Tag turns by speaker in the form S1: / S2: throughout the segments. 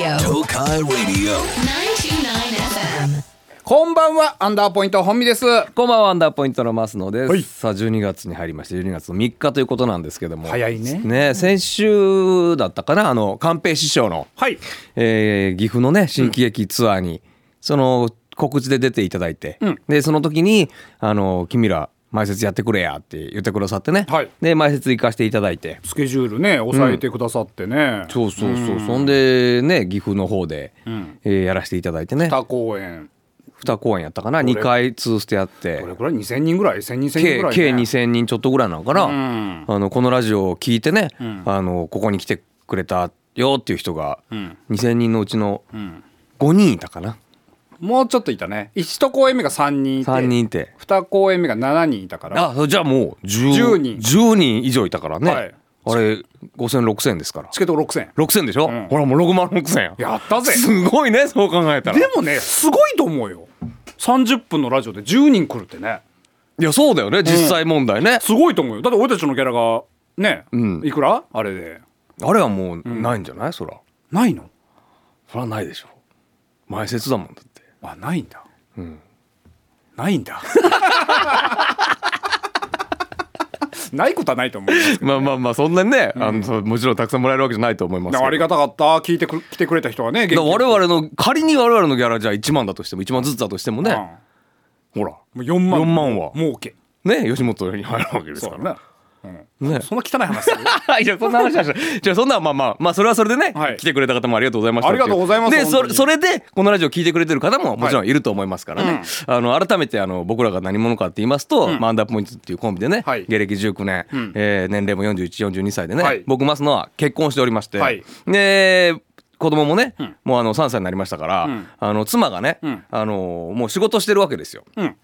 S1: Sakai
S2: 929
S1: Radio.
S2: FM.
S3: こんばんはアンダーポイント本美です
S4: こんばんはアンダーポイントのマスノです、
S3: はい
S4: さあ12月に入りまして12月の3日ということなんですけども
S3: 早いね
S4: ね先週だったかなあの寛平師匠の、
S3: はい
S4: えー岐阜のね新喜劇ツアーに、その告知で出ていただいて、
S3: ん
S4: でその時に「あの君ら前説やってくれや」って言ってくださってね、
S3: はい
S4: で前説行かせていただいて
S3: スケジュールね抑えてくださってね、
S4: そうそうそう、そんでね岐阜の方で、
S3: ん
S4: えーやらせていただいてね
S3: 他公演
S4: 2公演やったかな2回通してやって
S3: どれくらい2000人ぐらい1000人1000人
S4: 計
S3: ぐらい、ね、
S4: 計2,000人ちょっとぐらいなのかな、
S3: ん
S4: あのこのラジオを聞いてね、あのここに来てくれたよっていう人が、
S3: ん
S4: 2,000人のうちの
S3: ん
S4: 5人いたかな、
S3: もうちょっといたね1公演目が3人いて
S4: 3人いて
S3: 2公演目が7人いたから
S4: あじゃあもう 10,
S3: 10人
S4: 10人以上いたからね、
S3: はい
S4: あれ5,0006,000ですから
S3: チケット6000円
S4: 6,000でしょ、
S3: ん
S4: ほらもう6万6,000や
S3: やったぜ
S4: すごいねそう考えたら
S3: でもねすごいと思うよ30分のラジオで10人来るってね
S4: いやそうだよね実際問題ね、
S3: すごいと思うよだって俺たちのギャラがね、
S4: うん
S3: いくらあれで
S4: あれはもうないんじゃない、そら
S3: ないの
S4: そらないでしょ前説だもん だって
S3: あないんだ、ないんだ ないことはないと思う
S4: まあまあまあそんなにね、あのそうもちろんたくさんもらえるわけじゃないと思いますけど
S3: ありがたかった聞いてく来てくれた人はね元
S4: だ
S3: 気
S4: から我々の仮に我々のギャラじゃあ1万だとしても1万ずつだとしても
S3: うん
S4: ね、ほら
S3: もう4万
S4: 4万は
S3: 儲け
S4: ね吉本に入るわけです
S3: そう
S4: か
S3: だ
S4: ら
S3: ね
S4: ねね
S3: そんな汚い 話する
S4: いやそんな話はしないじゃあそんなまあまあまあそれはそれでね、
S3: はい
S4: 来てくれた方もありがとうございました
S3: ありがとうございます
S4: で
S3: 本当
S4: そ
S3: に
S4: それでこのラジオ聞いてくれてる方ももちろんいると思いますからね、あの改めてあの僕らが何者かって言いますと、マンダーポイントっていうコンビでね、
S3: はい
S4: 芸歴19年、
S3: ん
S4: えー年齢も4142歳でね、
S3: はい
S4: 僕マスノは結婚しておりまして、
S3: はい
S4: で子供もね、もうあの3歳になりましたから、あの妻がね、
S3: ん
S4: あのもう仕事してるわけですよ。
S3: うん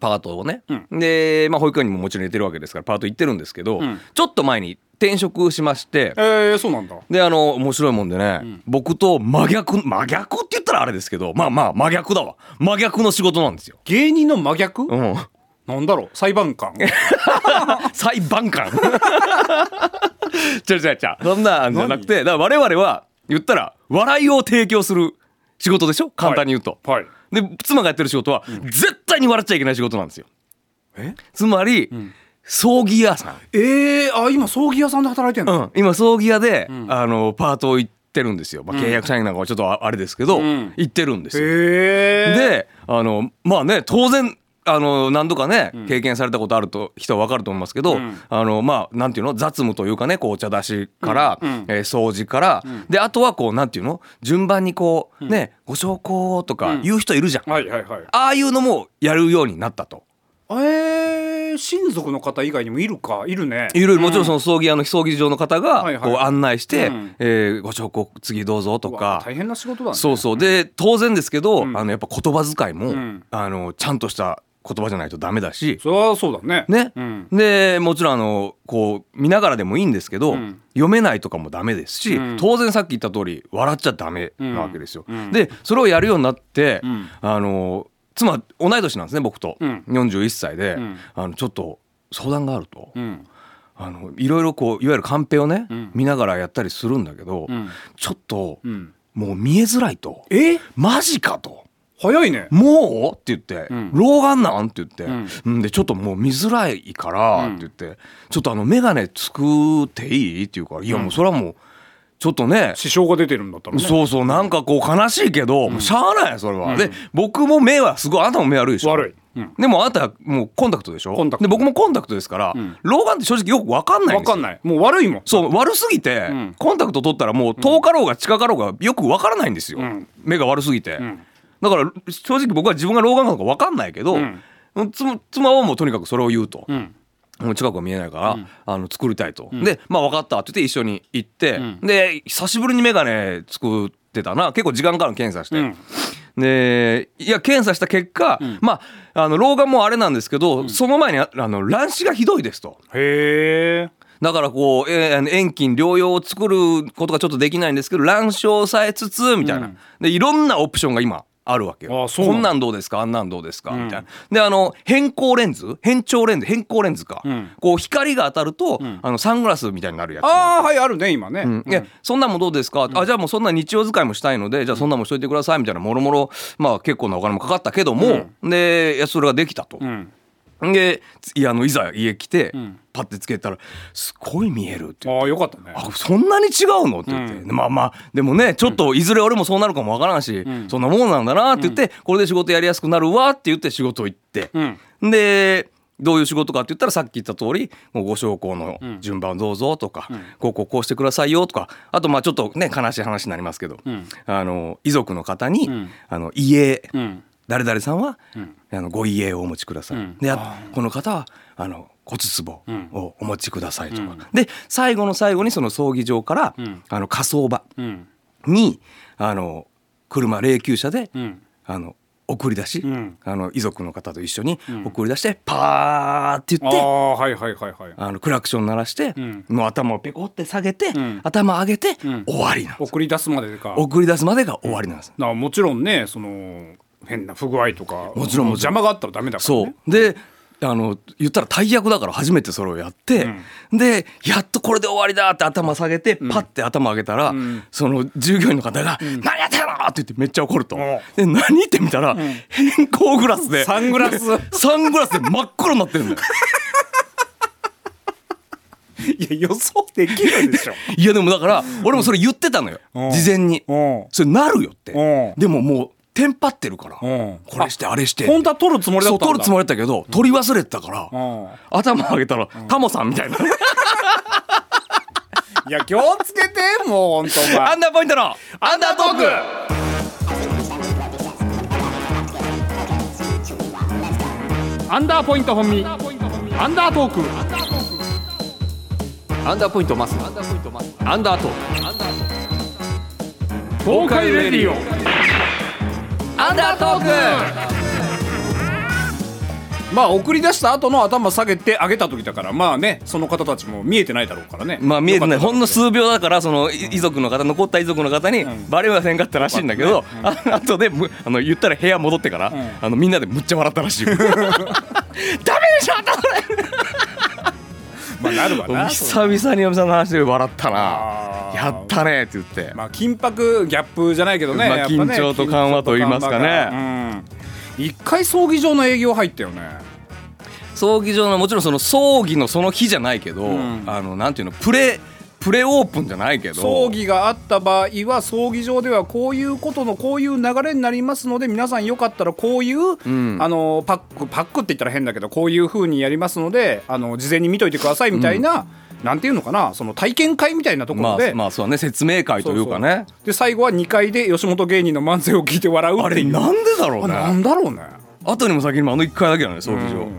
S4: パートをね、で、まあ、保育園にももちろん入れてるわけですからパート行ってるんですけど、ちょっと前に転職しまして
S3: えー、そうなんだ
S4: であの面白いもんでね、僕と真逆真逆って言ったらあれですけどまあまあ真逆だわ真逆の仕事なんですよ。
S3: 芸人の真逆、
S4: うん、
S3: なんだろう裁判官
S4: 裁判官 ちょちょちょそんなんじゃなくてだから我々は言ったら笑いを提供する仕事でしょ簡単に言うと。
S3: はい
S4: で妻がやってる仕事は絶対に笑っちゃいけない仕事なんですよ。
S3: え
S4: つまり、葬儀屋さん、
S3: えー、あ今葬儀屋さんで働いてん
S4: う
S3: の、
S4: ん、今葬儀屋で、あのパートを行ってるんですよ、まあ、契約社員なんかはちょっとああれですけど、
S3: ん
S4: 行ってるんですよ。
S3: えー、
S4: であのまあね当然あの何度かね、経験されたことあると人は分かると思いますけど、
S3: ん
S4: あのまあなんていうの雑務というかねこうお茶出しから、
S3: うんうん
S4: えー掃除から、であとはこうなんていうの順番にこう、ねご紹介とか言う人いるじゃん、
S3: はいはいはい
S4: ああいうのもやるようになったと。
S3: えー、親族の方以外にもいるかいるね
S4: いろいろもちろんその葬儀屋の葬儀場の方
S3: はい
S4: が
S3: はい
S4: こう案内して
S3: うん
S4: えーご聴講次どうぞと
S3: うわ
S4: か
S3: 大変な仕事だね
S4: そうそうで当然ですけど
S3: ん
S4: あのやっぱ言葉遣いも
S3: ん
S4: あのちゃんとした言葉じゃないとダメだし
S3: それはそうだね
S4: ね
S3: うん、
S4: でもちろんあのこう見ながらでもいいんですけど
S3: ん
S4: 読めないとかもダメですし
S3: うん
S4: 当然さっき言った通り笑っちゃダメなわけですよ
S3: うんうん。
S4: でそれをやるようになって
S3: ん
S4: あの妻同い年なんですね僕と
S3: うん
S4: 41歳で
S3: ん
S4: あのちょっと相談があると。
S3: うん
S4: あのいろいろこういわゆるカンペをね、
S3: ん
S4: 見ながらやったりするんだけど、
S3: ん
S4: ちょっと、
S3: うん、
S4: もう見えづらいと
S3: え
S4: マジかと
S3: 早いね
S4: もうって言って、
S3: ん
S4: 老眼なんって言って、
S3: ん
S4: うん、でちょっともう見づらいからって言って、ちょっとあの眼鏡作っていいっていうからいやもうそれはもうちょっとね、
S3: 支障が出てるんだったらね
S4: そうそうなんかこう悲しいけど、もうしゃあないよそれは、で僕も目はすごいあなたも目悪いでしょ
S3: 悪い、うん、
S4: でもあなたもうコンタクトでしょ
S3: コンタクト
S4: で僕もコンタクトですから、
S3: ん
S4: 老眼って正直よく分かんない
S3: 分
S4: んで
S3: か
S4: すよ
S3: んないもう悪いもん
S4: そう悪すぎて、
S3: ん
S4: コンタクト取ったらもう遠かろうが近かろうがよくわからないんですよ、
S3: ん
S4: 目が悪すぎて、
S3: ん
S4: だから正直僕は自分が老眼なのかわかんないけど、
S3: ん
S4: 妻妻はもうとにかくそれを言うと、
S3: うん
S4: もう近くが見えないから、あの作りたいと、でまあ分かったって言って一緒に行って、で久しぶりに眼鏡作ってたな結構時間から検査して、
S3: うん
S4: でいや検査した結果、まああの老眼もあれなんですけど、その前にああの乱視がひどいですと。
S3: へえ
S4: だからこう、えーあの遠近療養を作ることがちょっとできないんですけど乱視を抑えつつみたいな、でいろんなオプションが今あるわけよ。
S3: あそうな
S4: こ
S3: ん
S4: ん
S3: だ
S4: なんどうですかあんなんどうですか、みたいな。であの変光レンズ変調レンズ変光レンズか、
S3: ん
S4: こう光が当たると、あのサングラスみたいになるやつ。
S3: ああはいあるね今ね、
S4: いやそんなんもどうですか、あじゃあもうそんな日常使いもしたいのでじゃあそんなんもしといてくださいみたいなもろもろまあ結構なお金もかかったけども、でいやそれができたと
S3: う、ん
S4: でいやあのいざ家来て、
S3: ん
S4: パッてつけたらすごい見えるって
S3: ああよかったね
S4: あそんなに違うのって言って、
S3: うん
S4: でまあまあでもねちょっといずれ俺もそうなるかもわからんし、そんなもんなんだなって言って、これで仕事やりやすくなるわって言って仕事行って、でどういう仕事かって言ったらさっき言った通りもうご紹介の順番どうぞとか、こうこうこうしてくださいよとかあとまあちょっとね悲しい話になりますけど、
S3: ん
S4: あの遺族の方に、
S3: ん
S4: あの家、
S3: うん
S4: 誰々さんは、あのご遺影をお持ちください、
S3: ん
S4: であこの方はあの骨壺をお持ちくださいとか、で最後の最後にその葬儀場から、
S3: ん
S4: あの火葬場
S3: うん
S4: にあの車霊柩車で、
S3: うん
S4: あの送り出し、
S3: ん
S4: あの遺族の方と一緒に送り出して、パーって言
S3: あ
S4: って。
S3: あはいはいはいはい
S4: あのクラクション鳴らして、
S3: ん
S4: の頭をペコって下げて、
S3: ん
S4: 頭上げて、
S3: ん
S4: 終わりなんです
S3: 送り出すまでか
S4: 送り出すまでが終わりなんです、
S3: なもちろんねその変な不具合とか
S4: もちろんもち
S3: 邪
S4: ろん
S3: 魔があったらダメだから、
S4: そ
S3: ね、
S4: うであの言ったら大役だから初めてそれをやって、でやっとこれで終わりだって頭下げてパッて頭上げたら、
S3: ん
S4: その従業員の方が「何やってんの!」って言ってめっちゃ怒ると。
S3: ん
S4: で何って見たら、変更グラスで
S3: サングラス
S4: サングラスで真っ黒になってるんだよ。
S3: いや予想できるでしょ
S4: いやでもだから俺もそれ言ってたのよ、
S3: うん
S4: 事前に。
S3: う
S4: それなるよって、
S3: うん
S4: でももうテンパってるから、
S3: うん
S4: これしてあれして
S3: ん本当は取るつもりだ
S4: そ
S3: っ
S4: う
S3: たんだ
S4: 取るつもりだったけど取り忘れてたか
S3: う
S4: ら、
S3: ん
S4: 頭上げたら、タモさんみたいな
S3: いや気をつけてもう本当お
S4: ア
S3: 前
S4: ンダーポイントのアンダートーク
S3: アンダーポイント本身アンダートーク
S4: アンダーポイントマスアンダーポイントマスアンダート
S3: 東海レディオ
S4: アンダートー
S3: まあ送り出した後の頭下げて上げた時だからまあねその方たちも見えてないだろうからね
S4: まあ見えてないほんの
S3: よ
S4: 数秒だからそのい遺族の方残った遺族の方に
S3: ん
S4: バレはせんかったらしいんだけど、あ後でむあの言ったら部屋戻ってから、
S3: ん
S4: あのみんなでむっちゃ笑ったらし いよダメでしょ頭
S3: かったまあなるわな
S4: 久々に嫁さんの話で笑ったな
S3: あー
S4: やったねって言って、
S3: まあ緊迫ギャップじゃないけどね,、
S4: まあ
S3: やっぱね
S4: 緊張と緩和と言いますかね
S3: 緊張と緩和がうん一回葬儀場の営業入ったよね
S4: 葬儀場のもちろんその葬儀のその日じゃないけど、
S3: ん
S4: あのなんていうのプレプレオープンじゃないけど
S3: 葬儀があった場合は葬儀場ではこういうことのこういう流れになりますので皆さんよかったらこういう、
S4: ん
S3: あのパックパックって言ったら変だけどこういう風にやりますのであの事前に見といてくださいみたいな、なんていうのかなその体験会みたいなとこ
S4: ま
S3: ろで、
S4: あ、まあそうだね説明会というかね
S3: で最後は2階で吉本芸人の漫才を聞いて笑う
S4: あ
S3: って
S4: れ
S3: いう
S4: なんでだろう
S3: あな
S4: ね
S3: んだろうね
S4: 後にも先にもあの1回だけだね葬儀場、
S3: うん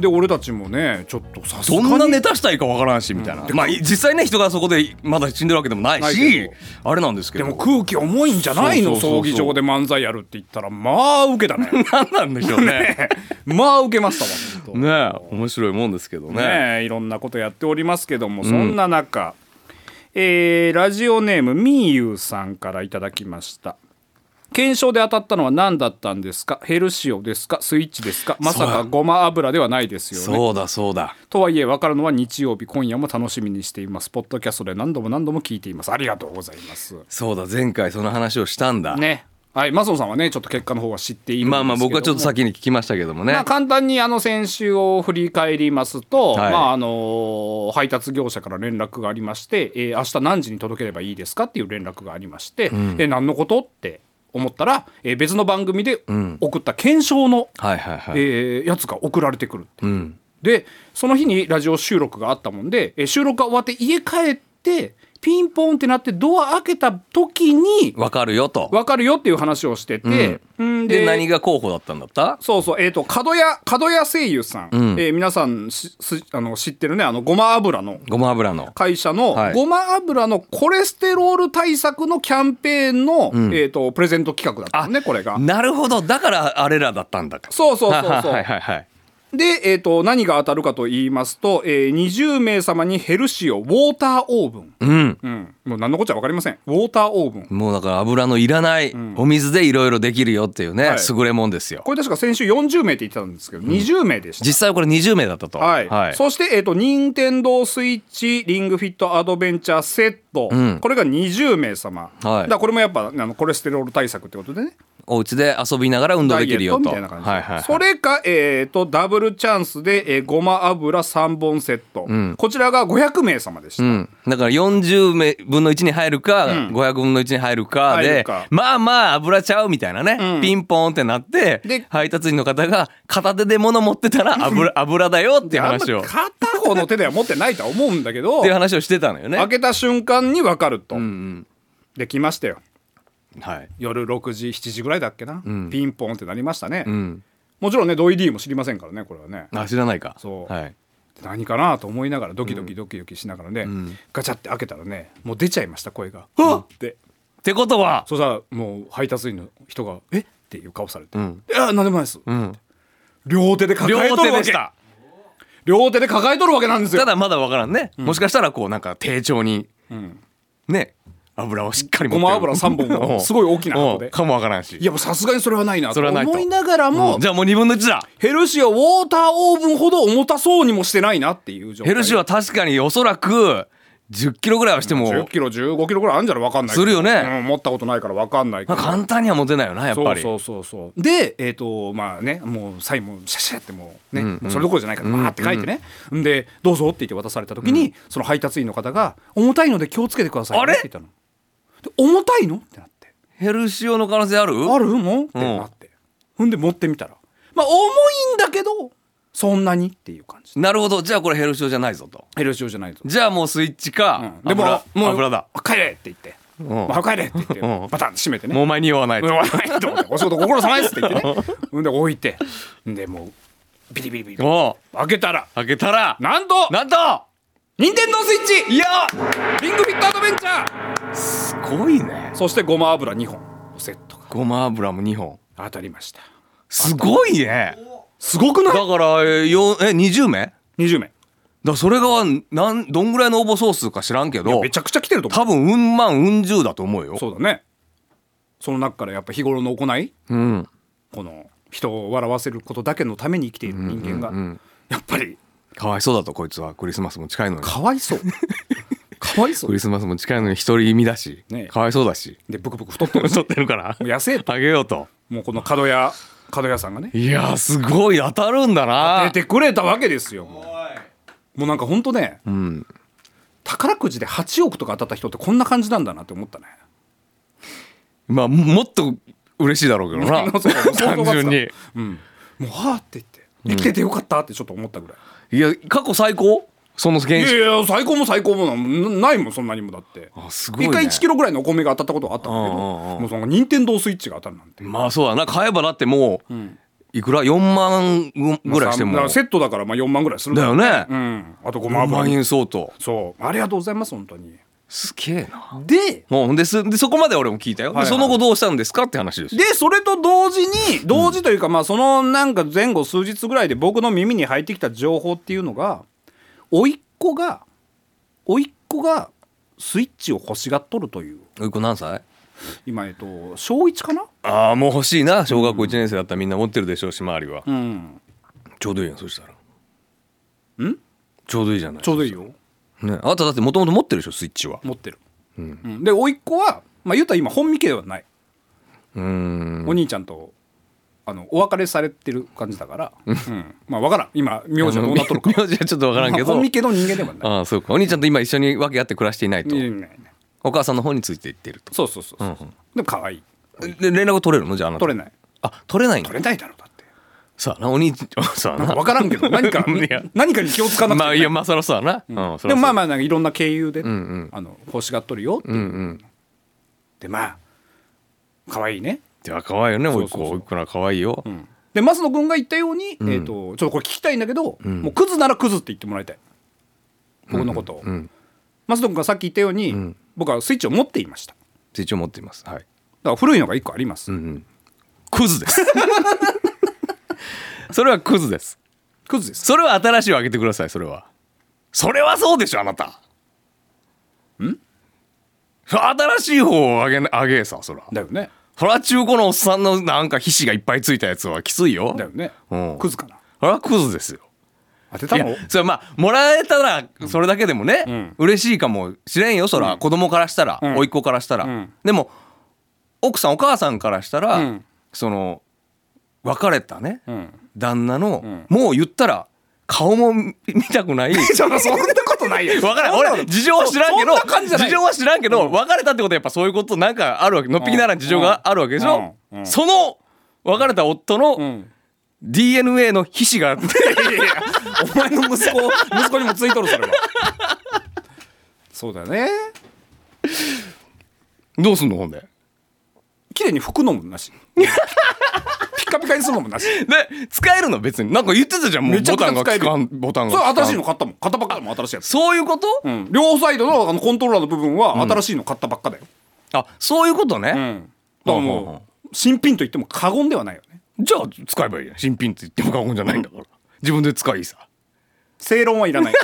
S3: で俺たちもねちょっとさすが
S4: ど
S3: に
S4: んなネタしたいかわからんしみたいな、まあ実際ね人がそこでまだ死んでるわけでもない
S3: ない
S4: し
S3: けど
S4: あれなんですけ
S3: で
S4: ど
S3: も空気重いんじゃないの
S4: そうそうそうそう
S3: 葬儀場で漫才やるって言ったらまあ受けた ね
S4: 何なんでしょうね
S3: まあ受けましたわ、ね、
S4: ねえ面白いもんですけどね
S3: ねえいろんなことやっておりますけども、そんな中、えーラジオネームみーゆうさんからいただきました検証で当たったのは何だったんですかヘルシオですかスイッチですかまさかごま油ではないですよね
S4: そうだそうだ
S3: とはいえ分かるのは日曜日今夜も楽しみにしていますポッドキャストで何度も何度も聞いていますありがとうございます
S4: そうだ前回その話をしたんだ、
S3: ねはいマソンさんはねちょっと結果の方は知っているんですけども
S4: まあまあ僕はちょっと先に聞きましたけどもね、
S3: まあ、簡単にあの先週を振り返りますと、
S4: はい
S3: まああの配達業者から連絡がありまして、えー明日何時に届ければいいですかっていう連絡がありまして、えー何のことって思ったら、えー別の番組で送った検証の、
S4: はいはいはい、
S3: えーやつが送られてくるって
S4: うん
S3: でその日にラジオ収録があったもんで、えー収録が終わって家帰ってピンポンってなってドア開けた時に
S4: わかるよと
S3: 分かるよっていう話をしてて、うん
S4: で何が候補だったんだった
S3: そうそう、えっ、と、角屋、角屋声優さん。えー皆さんしすあの、知ってるね、あの、ごま油の
S4: ごま油の
S3: 会社の、
S4: はい
S3: ごま油のコレステロール対策のキャンペーンの、えっ、と、プレゼント企画だったのね、これが。
S4: なるほどだからあれらだったんだか
S3: そうそうそうそう。
S4: はいはいはい
S3: で、えー、と何が当たるかと言いますと、えー、20名様にヘルシオウォーターオーブン、
S4: うん。
S3: うん、もう何のこっちゃ分かりませんウォーターオーブン
S4: もうだから油のいらないお水でいろいろできるよっていうね、
S3: はい
S4: 優れもんですよ。
S3: これ確か先週40名って言ってたんですけど、20名でした
S4: 実際はこれ20名だったと。
S3: はい、
S4: はい。
S3: そして、えっと任天堂スイッチリングフィットアドベンチャーセット、
S4: ん
S3: これが20名様、
S4: はい
S3: だからこれもやっぱあのコレステロール対策ってことでね
S4: お家で遊びながら運動
S3: ダ
S4: で
S3: イエッ
S4: きるよ
S3: ト
S4: と。
S3: み
S4: は
S3: た
S4: い
S3: いな
S4: はい
S3: 感じ、
S4: はい。
S3: それか、えっとダブルチャンスで、えーごま油3本セット、こちらが500名様でした、
S4: うん、だから40名分の1に入るか、500分の1に入るか
S3: 入
S4: で
S3: るか
S4: まあまあ油ちゃうみたいなね、
S3: ん
S4: ピンポンってなって
S3: で
S4: 配達員の方が片手で物持ってた ら油油だよっていう
S3: あんま
S4: 話をっ
S3: 片方の手では持ってないとは思うんだけ ど
S4: ていう話をしてたのよね。
S3: 開けた瞬間に分かると、
S4: うん
S3: できましたよ
S4: うんはい
S3: 夜6時7時ぐらいだっけな、ピンポンってなりましたね、
S4: うん、
S3: もちろんね同意 D も知りませんからねこれはね
S4: あ知らないか
S3: そう
S4: はい、
S3: 何かなと思いながらドキドキドキドキしながらね、ガチャって開けたらねもう出ちゃいました声が「
S4: わっ
S3: って
S4: ってことは、
S3: そしたらもう配達員の人が「えっ?」ていう顔されて「
S4: ん
S3: いや何でもないです」
S4: うん、
S3: 両手で抱え
S4: 両
S3: と
S4: 手
S3: るわ
S4: でし
S3: け
S4: た
S3: 両手で抱えとるわけなんですよ
S4: ただまだわからんね、もしかしたらこうなんか丁重に、ね油をしっかり持ってる
S3: ごま油三本を
S4: うん
S3: すごい大きな箱で
S4: うんかもわからんし
S3: いやもうさすがにそれはないなと
S4: それはないと
S3: 思いながらも、
S4: じゃあもう2分の1だ
S3: ヘルシオウォーターオーブンほど重たそうにもしてないなっていう状態
S4: ヘルシーは確かにおそらく10キロぐらいはしても、
S3: 10キロ15キロぐらいあるんじゃない分かんないけど
S4: するよね
S3: うん持ったことないから分かんないけ
S4: まあ
S3: ど
S4: 簡単には持てないよなやっぱり
S3: そうそうそうそうでえっ、とまあねもうサインもシャシャってもうね、それどころじゃないからバーって書いてね、んで「どうぞ」って言って渡された時に、その配達員の方が「重たいので気をつけてくださいね」
S4: あれ
S3: って言ったので重たいのってなって
S4: ヘルシオの可能性ある
S3: 「あるもん?」ってなって、ほんで持ってみたらまあ重いんだけどそんなにっていう感じ
S4: なるほどじゃあこれヘルシオじゃないぞと
S3: ヘルシオじゃないぞ、
S4: じゃあもうスイッチか、
S3: うんでも
S4: 油
S3: もう
S4: 油だ
S3: 帰れって言って「
S4: ん
S3: まあ帰れ」って言って、
S4: うん
S3: バタンって閉めてね
S4: もうお前に言わないと、
S3: うん笑いと思ってお仕事ご苦労様ですって言ってねんで置いてんでもうビリビリビリビリ
S4: おう
S3: 開けたら
S4: 開けたら
S3: なんと
S4: なんと
S3: 任天堂スイッチ
S4: いや
S3: リングフィットアドベンチャー
S4: すごいね
S3: そしてごま油2本セットが
S4: ごま油も2本
S3: 当たりました
S4: すごいね
S3: すごく
S4: だ
S3: な
S4: か
S3: い
S4: らえーよんえ20名だか
S3: 20名
S4: らそれがなんどんぐらいの応募総数か知らんけど
S3: めちゃくちゃ来てると思
S4: 多分うん万うん十だと思うよ
S3: うそうだねその中からやっぱ日頃の行い
S4: うん
S3: この人を笑わせることだけのために生きている人間が、やっぱり
S4: かわいそうだとこいつはクリスマスも近いのに
S3: かわいそうかわいそ
S4: ク
S3: う
S4: リスマスも近いのに一人身だし、
S3: ねえ
S4: かわいそうだし
S3: でブクブク太ってる
S4: 太ってるから
S3: もう痩せえと
S4: あげようと
S3: もうこの角屋角屋さんがね
S4: いやーすごい当たるんだな
S3: 出てくれたわけですよもうもうなんかほんとね、宝くじで8億とか当たった人ってこんな感じなんだなって思ったね
S4: まあもっと嬉しいだろうけどな
S3: そうそうそう
S4: 単純に
S3: もうはあって言って生きててよかったってちょっと思ったぐらい、
S4: いや過去最高その現
S3: い
S4: 象
S3: やいや最高も最高もなんないもんそんなにもだって
S4: あすごいね
S3: 1回1キロぐらいのお米が当たったことはあったんだけど
S4: うんうんうん
S3: もうその任天堂スイッチが当たるなんて
S4: まあそうだな買えばだってもう、いくら4万ぐぐらいしても、
S3: まあさセットだからまあ4万ぐらいするん
S4: だよね、
S3: うんあと5
S4: 4
S3: 万
S4: 万
S3: 分
S4: 円相当
S3: そうありがとうございます本当に
S4: すげえな
S3: で
S4: うんですでそこまで俺も聞いたよ、
S3: はいはい
S4: でその後どうしたんですかって話ですよ
S3: でそれと同時に同時というか、まあそのなんか前後数日ぐらいで僕の耳に入ってきた情報っていうのが甥っ子が甥っ子がスイッチを欲しがっとるという
S4: おいこ何歳
S3: 今えっと小1かな
S4: ああもう欲しいな小学校1年生だったらみんな持ってるでしょうし周りは、
S3: うん
S4: ちょうどいいやんそしたら
S3: ん
S4: ちょうどいいじゃない
S3: ちょうどいいよ
S4: ね、あなただってもともと持ってるでしょスイッチは
S3: 持ってる、うんで甥っ子はまあ言うたら今本家ではない、
S4: うーん
S3: お兄ちゃんとあのお別れされてる感じだから、うんまあ分からん今名字はどうなっとる か
S4: 名字はちょっとわからんけ
S3: まあ
S4: ど、
S3: 本家の人間ではない
S4: ああそうかお兄ちゃんと今一緒に分け合って暮らしていないと
S3: いやいやいや
S4: お母さんの方についていってると
S3: そうそうそうそう、でも可愛い
S4: で連絡取れるのじゃああなた
S3: 取れない
S4: あ取れないんだ
S3: 取れないだろうだって
S4: さあなお兄ち ゃんさあ
S3: なんか
S4: な
S3: 分からんけど何か
S4: いや
S3: 何かに気をつかなくて
S4: まあいやまあそらそうだな、うんそ
S3: で
S4: らそ
S3: も
S4: う
S3: まあまあなんかいろんな経由で、
S4: ん
S3: あの欲しがっとるよっていう、でまあ可愛いね、
S4: いや可愛いよねおいっ
S3: そうそう
S4: 子
S3: そう
S4: おいっ子な可愛いよ、
S3: で増野君が言ったように、えー、とちょっとこれ聞きたいんだけど、もうクズならクズって言ってもらいたい僕のことを、増野君がさっき言ったように、僕はスイッチを持っていましただ
S4: スイッチを持っていますはい
S3: から古いのが1個あります、
S4: クズですそれはクズです
S3: クズです
S4: それは新しいをあげてくださいそれはそれはそうでしょあなたん新しい方をあげなあげさそら
S3: だよね
S4: そら中古のおっさんのなんか皮脂がいっぱいついたやつはきついよ
S3: だよね、
S4: うん
S3: クズかな
S4: それはクズですよ
S3: 当て
S4: い
S3: た
S4: や
S3: の
S4: それはまあもらえたらそれだけでもね、
S3: ん
S4: 嬉しいかもしれんよそら、子供からしたら、
S3: ん
S4: 甥っ子からしたら、
S3: ん
S4: でも奥さんお母さんからしたら、
S3: うん
S4: その別れたね、
S3: ん
S4: 旦那の、もう言ったら顔も見見たくない
S3: そんなことないよ
S4: わからん俺事情は知らんけど事情は知らんけど、別れたってことはやっぱそういうことなんかあるわけのっぴきならん事情があるわけでしょ、
S3: うんうん
S4: その別れた夫
S3: う
S4: の
S3: ん
S4: DNA の皮脂 が、
S3: お前の息子息子にもついとるそれはそうだね
S4: どうすんのほんで
S3: 綺麗に拭くのもなしピッカピカにするのもなし
S4: で使えるの別になんか言ってたじゃんもう
S3: めちゃ
S4: ボ
S3: くち
S4: タ
S3: ゃ
S4: ンが
S3: 使え
S4: 効
S3: る
S4: かんボタン
S3: そ
S4: が
S3: れ
S4: 効かん
S3: 新しいの買ったもん買ったばっかでも新しいやつ、
S4: そういうこと、
S3: うん、両サイドのあのコントローラーの部分は新しいの買ったばっかだよ、
S4: あそういうこと
S3: う
S4: ね、
S3: ん、だから
S4: ほうほうほ
S3: もう新品と言っても過言ではないよね
S4: じゃあ使えばいいやん新品って言っても過言じゃないんだから自分で使いさ
S3: 正論はいらない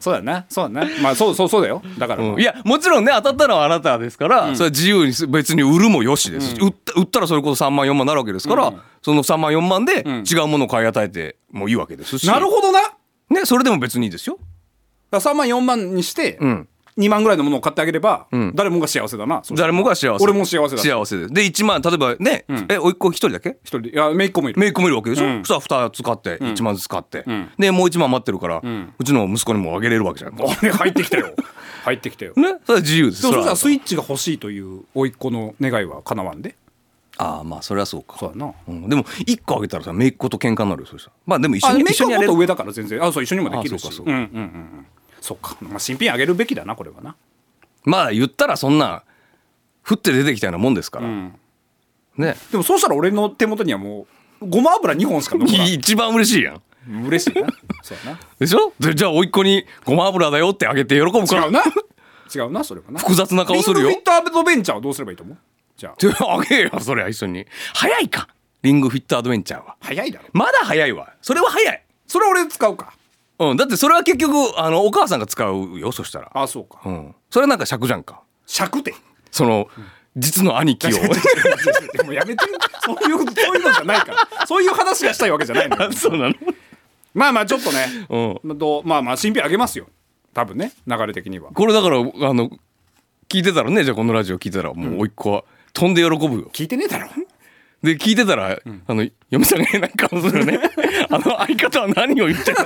S3: そうだなそうだなまあそうそうそうだよだから、
S4: いやもちろんね当たったのはあなたですから、それは自由にす別に売るもよしです、売った売ったらそれこそ3万4万になるわけですから、その3万4万で違うものを買い与えてもいいわけですし、
S3: なるほどなだか
S4: ね、それでも別にいいですよ
S3: ら3万4万にして
S4: ん
S3: 2万ぐらいのものを買ってあげれば、
S4: ん
S3: 誰もが幸せだなそう
S4: 誰もが幸せ
S3: 俺も幸せだ
S4: 幸せですで1万例えばね、えおいっ子1人だけ
S3: 一人でいやめいっ子もいる
S4: メイクもいるわけでしょ、
S3: うん
S4: そしたら2つ買って1万ずつ買って、
S3: ん
S4: でもう1万待ってるから、うんちの息子にもあげれるわけじゃん ね
S3: あれ 入ってきたよ入ってきたよでも
S4: それは自由です
S3: そしたら
S4: そ
S3: ス
S4: れ
S3: イ
S4: は
S3: ッチが欲しいという甥っ子の願いは叶わんで
S4: ああまあそれはそうか
S3: そうだな
S4: うんでも1個あげたらさメイクと喧嘩になるよそしたらまあでも一
S3: あ
S4: 緒に
S3: メイ
S4: 一
S3: ク
S4: 緒
S3: は
S4: に
S3: も
S4: や
S3: っ
S4: れ
S3: と
S4: る
S3: 上だから全然あそう一緒にもできるし
S4: あそうかそうか
S3: んうんうんうんそうか、まあ、新品あげるべきだなこれはな
S4: まあ言ったらそんな降って出てきたようなもんですから、ね
S3: でもそうしたら俺の手元にはもうごま油2本しか残ら
S4: い一番嬉しいやん
S3: ん嬉 しいなそうや
S4: でしょでじゃあおいっ子にごま油だよってあげて喜ぶか
S3: な
S4: ら
S3: 違うな違うなそれはな
S4: 複雑な顔するよ
S3: リングフィットアドベンチャーはどうすればいいと思うじゃあ
S4: じゃああげよそれは一緒に早いかリングフィットアドベンチャーは
S3: 早いだろ
S4: まだ早いわそれは早い
S3: それは俺使うか
S4: うん、だってそれは結局あのお母さんが使うよそしたら、
S3: あそうか
S4: うん、それはなんか尺じゃんか
S3: 尺で
S4: その、実の兄貴を
S3: もうやめてそういうそういうのじゃないからそういう話がしたいわけじゃないのよ
S4: そうなの
S3: まあまあちょっとね、
S4: う
S3: どうまあまあ新品あげますよ多分ね流れ的には
S4: これだからあの聞いてたらねじゃあこのラジオ聞いてたらもう甥っ子は飛んで喜ぶよ
S3: 聞いてねえだろ
S4: で聞いてたら、あの嫁さんが変な顔す るねあの相方は何を言ってる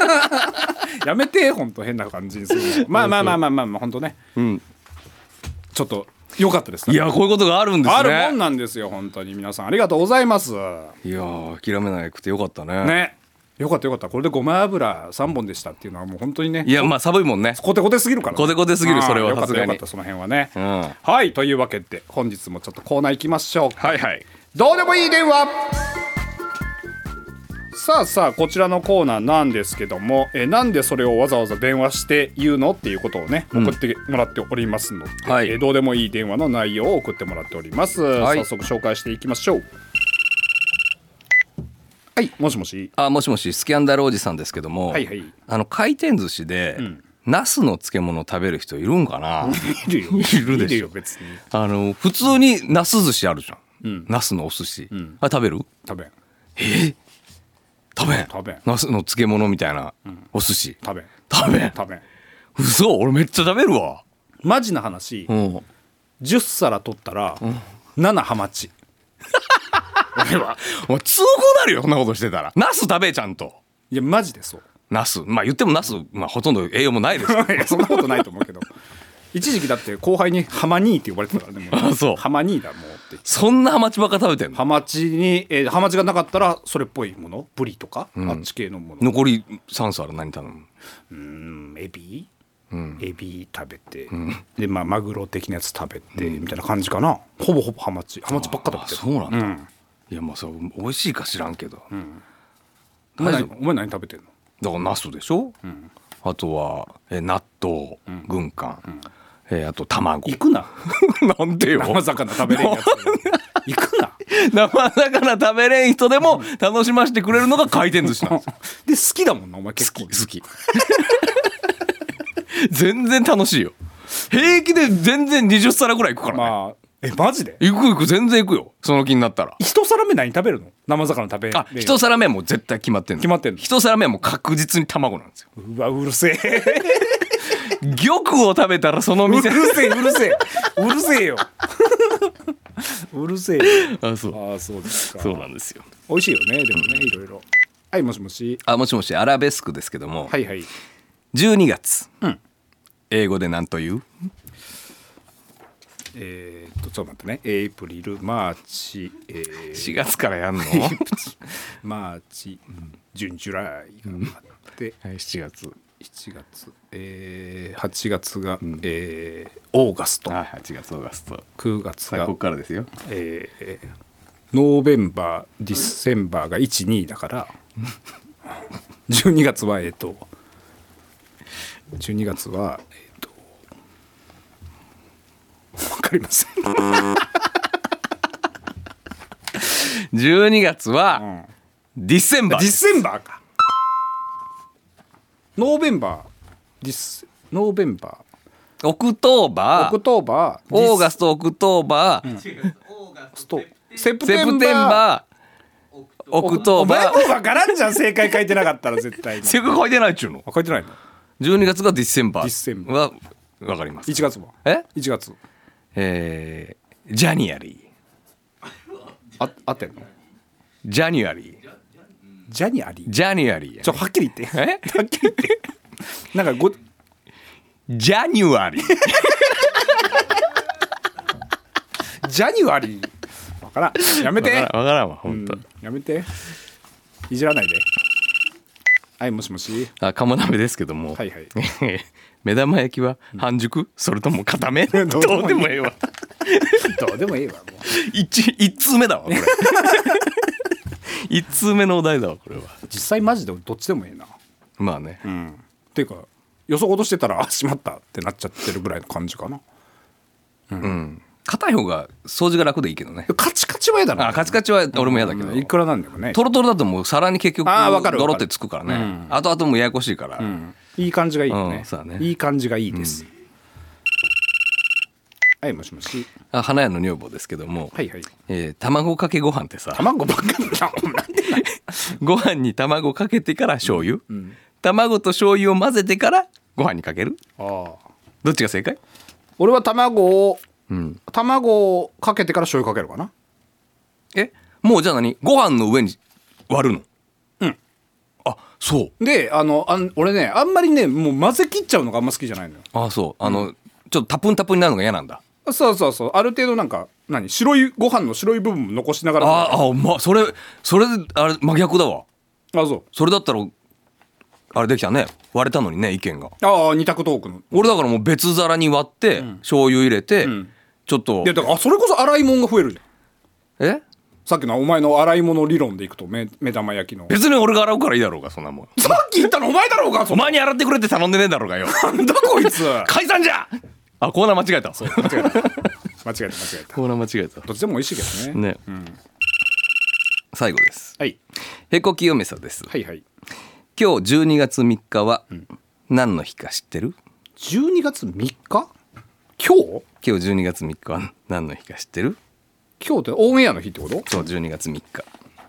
S3: やめて本当変な感じにするのまあまあまあまあまあまあ本当ね、
S4: ん
S3: ちょっと良かったです
S4: いやこういうことがあるんですね
S3: あるもんなんですよ本当に皆さんありがとうございます
S4: いやー諦めなくてよかったね
S3: ねよかったよかったこれでごま油3本でしたっていうのはもう本当にね
S4: いやまあ寒いもんね
S3: コテコテすぎるからね
S4: コテコテすぎるそれは
S3: ああよかっ
S4: さす
S3: た
S4: が
S3: よ
S4: に
S3: かったその辺はね、
S4: う
S3: はいというわけで本日もちょっとコーナー行きましょうか
S4: はいはい
S3: どうでもいい電話さあさあこちらのコーナーなんですけどもえーなんでそれをわざわざ電話して言うのっていうことをね送ってもらっておりますので、
S4: はい
S3: えーどうでもいい電話の内容を送ってもらっております、
S4: い
S3: 早速紹介していきましょうはいもしもし
S4: あもしもしスキャンダルおじさんですけども、
S3: はいはい
S4: あの回転寿司で、
S3: ん
S4: ナスの漬物を食べる人いるんかな
S3: いるよ
S4: いるでしょ
S3: よ別に
S4: あの普通にナス寿司あるじゃん、
S3: ん
S4: ナスのお寿司、
S3: ん
S4: あ食べる
S3: 食べん
S4: 食べん
S3: 食べん
S4: ナスの漬物みたいな、お寿司
S3: 食べん
S4: 食べん
S3: 食べん
S4: 嘘俺めっちゃ食べるわ
S3: マジな話、
S4: うん
S3: 10皿取ったら、7ハマチ
S4: 俺はお前通報なるよそんなことしてたらナス食べちゃんと
S3: いやマジでそう
S4: ナスまあ言ってもナス、まあ、ほとんど栄養もないです けど
S3: いやそんなことないと思うけ ど一時期だって後輩に「ハマニー」って呼ばれてたからねも
S4: あそう
S3: ハマニーだもうって
S4: そんなハマチばっか食べてんの
S3: ハマチに、えーハマチがなかったらそれっぽいものブリとか、あっち系のもの
S4: 残り酸素ある何頼む
S3: うんエビ、エビ食べて、で、まあ、マグロ的なやつ食べて、みたいな感じかなほぼほぼハマチハマチばっかだっ
S4: あ
S3: たよ
S4: そうなんだ、
S3: ん
S4: いやまあそう美味しいか知らんけど、
S3: お前何お前何食べてんの
S4: だからナスでしょ、あとはえ納豆軍艦、えあと 卵
S3: 行くな
S4: なんでよ
S3: 生魚食べれんやつ行くな
S4: 生魚食べれん人でも楽しませてくれるのが回転寿司なんですよ
S3: で好きだもんなお前結構
S4: 好き好き全然楽しいよ平気で全然20皿ぐらい行くからね、
S3: まあえマジで
S4: 行く行く全然行くよその気になったら
S3: 一皿目何食べるの生魚食べ
S4: あ
S3: れる
S4: 一皿目はもう絶対決まってんの
S3: 決まってんの
S4: 一皿目はもう確実に卵なんですよ
S3: うわうるせえ
S4: 玉を食べたらその
S3: うる
S4: 店
S3: せえうるせえうるせえよ うるせえよ
S4: あそう
S3: ああそうですか
S4: そうなんですよ
S3: 美味しいよねでもねいろいろはいもしもし
S4: あもしもしアラベスクですけども、
S3: はいはい
S4: 12月、
S3: うん
S4: 英語で何という
S3: えー、っとちょっと待ってねエイプリルマーチ、えー、
S4: 4月からやんの
S3: マーチ、ジュンジュライがあって
S4: 7月
S3: 7月、えー、8月が、えー、オーガスト
S4: あ8月オーガスト
S3: 9月
S4: さあ
S3: が
S4: ここ、からですよ
S3: えー、ノーベンバーディセンバーが12だから12月はえっ、と12月はえっ、とわかりません
S4: 12月は、ディセンバー
S3: ディセンバーかノーベンバーディスノーベンバ
S4: オクトー
S3: ーオ
S4: バ
S3: ク
S4: ー
S3: トーバー
S4: オーガ
S3: ス
S4: ストオクトーバー、
S3: トセプ
S4: セ
S3: テ
S4: プ
S3: ン
S4: テン
S3: バー
S4: バーオクト
S3: お
S4: ーバ
S3: 前
S4: ー
S3: もわからんじゃん正解書いてなかったら絶 対に
S4: 正解書いてないっちゅうの
S3: あ書いてないの
S4: 12月がディセンバー
S3: ディセンバ
S4: はわかります
S3: 1月も
S4: え
S3: 1月
S4: えー、ジャニアリ
S3: あ合ってんの
S4: ージャニアリー
S3: ジャニアリー
S4: ジャニアリーや
S3: ちょはっきり言って
S4: え
S3: はっきり言ってなんかご
S4: ジャニュアリー
S3: ジャニアリーわからんやめて
S4: わからんわほんと、
S3: やめていじらないではいもしもし
S4: あ鴨鍋ですけども、
S3: はいはい
S4: 目玉焼きは半熟、それとも固めど
S3: どうでもいいう
S4: でもええわ
S3: どうでもいいわもう
S4: 一一通目だわこれ 一通目のお題だわこれは
S3: 実際マジでどっちでもいいな
S4: まあね、
S3: っていうか予想落としてたらあしまったってなっちゃってるぐらいの感じかな
S4: 硬い方が掃除が楽でいいけどね
S3: カチカチは嫌だな
S4: あカチカチは俺も嫌だけど、
S3: うんいくらなんでもね
S4: トロトロだともう皿に結局
S3: あーわかるわかる
S4: ドロってつくからねあとあともうややこしいから、
S3: いい感じがいいよね,、
S4: うんそうだね
S3: いい感じがいいです、はいもしもし
S4: あ花屋の女房ですけども、
S3: はいはい
S4: えー卵かけご飯ってさ
S3: 卵ばっかりじゃんお前なんでなん
S4: ご飯に卵かけてから醤油、卵と醤油を混ぜてからご飯にかける
S3: ああ
S4: どっちが正解
S3: 俺は卵を、卵をかけてから醤油かけるかな
S4: えもうじゃあ何ご飯の上に割るのうんあそう
S3: であのあん俺ねあんまりねもう混ぜ切っちゃうのがあんま好きじゃないのよ
S4: あそうあの、ちょっとタプンタプンになるのが嫌なんだ
S3: そうそうそうある程度なんか何白いご飯の白い部分も残しながら
S4: ああまそれそれあれ真逆だわ
S3: あそう
S4: それだったらあれできたね割れたのにね意見が
S3: ああ二択トークの
S4: 俺だからもう別皿に割って、醤油入れて、ちょっと
S3: いやだからあそれこそ洗い物が増えるじゃん
S4: え
S3: さっきのお前の洗い物理論でいくと目目玉焼きの
S4: 別に俺が洗うからいいだろうがそんなもん
S3: さっき言ったのお前だろうがそ
S4: お前に洗ってくれって頼んでねえだろうが よ
S3: なんだこいつ間
S4: 解散じゃあコーナー間違えたコー
S3: 違えた間違えた間違えた
S4: ナー間違えた
S3: どっちでも美味しいけどね
S4: ね、最後です
S3: はい
S4: へこきよめさです
S3: はいはい
S4: 今日12月3日は何の日か知ってる
S3: 12月3日今日
S4: 今日12月3日は何の日か知ってる
S3: 今日ってオンエアの日ってこと
S4: そう12月3日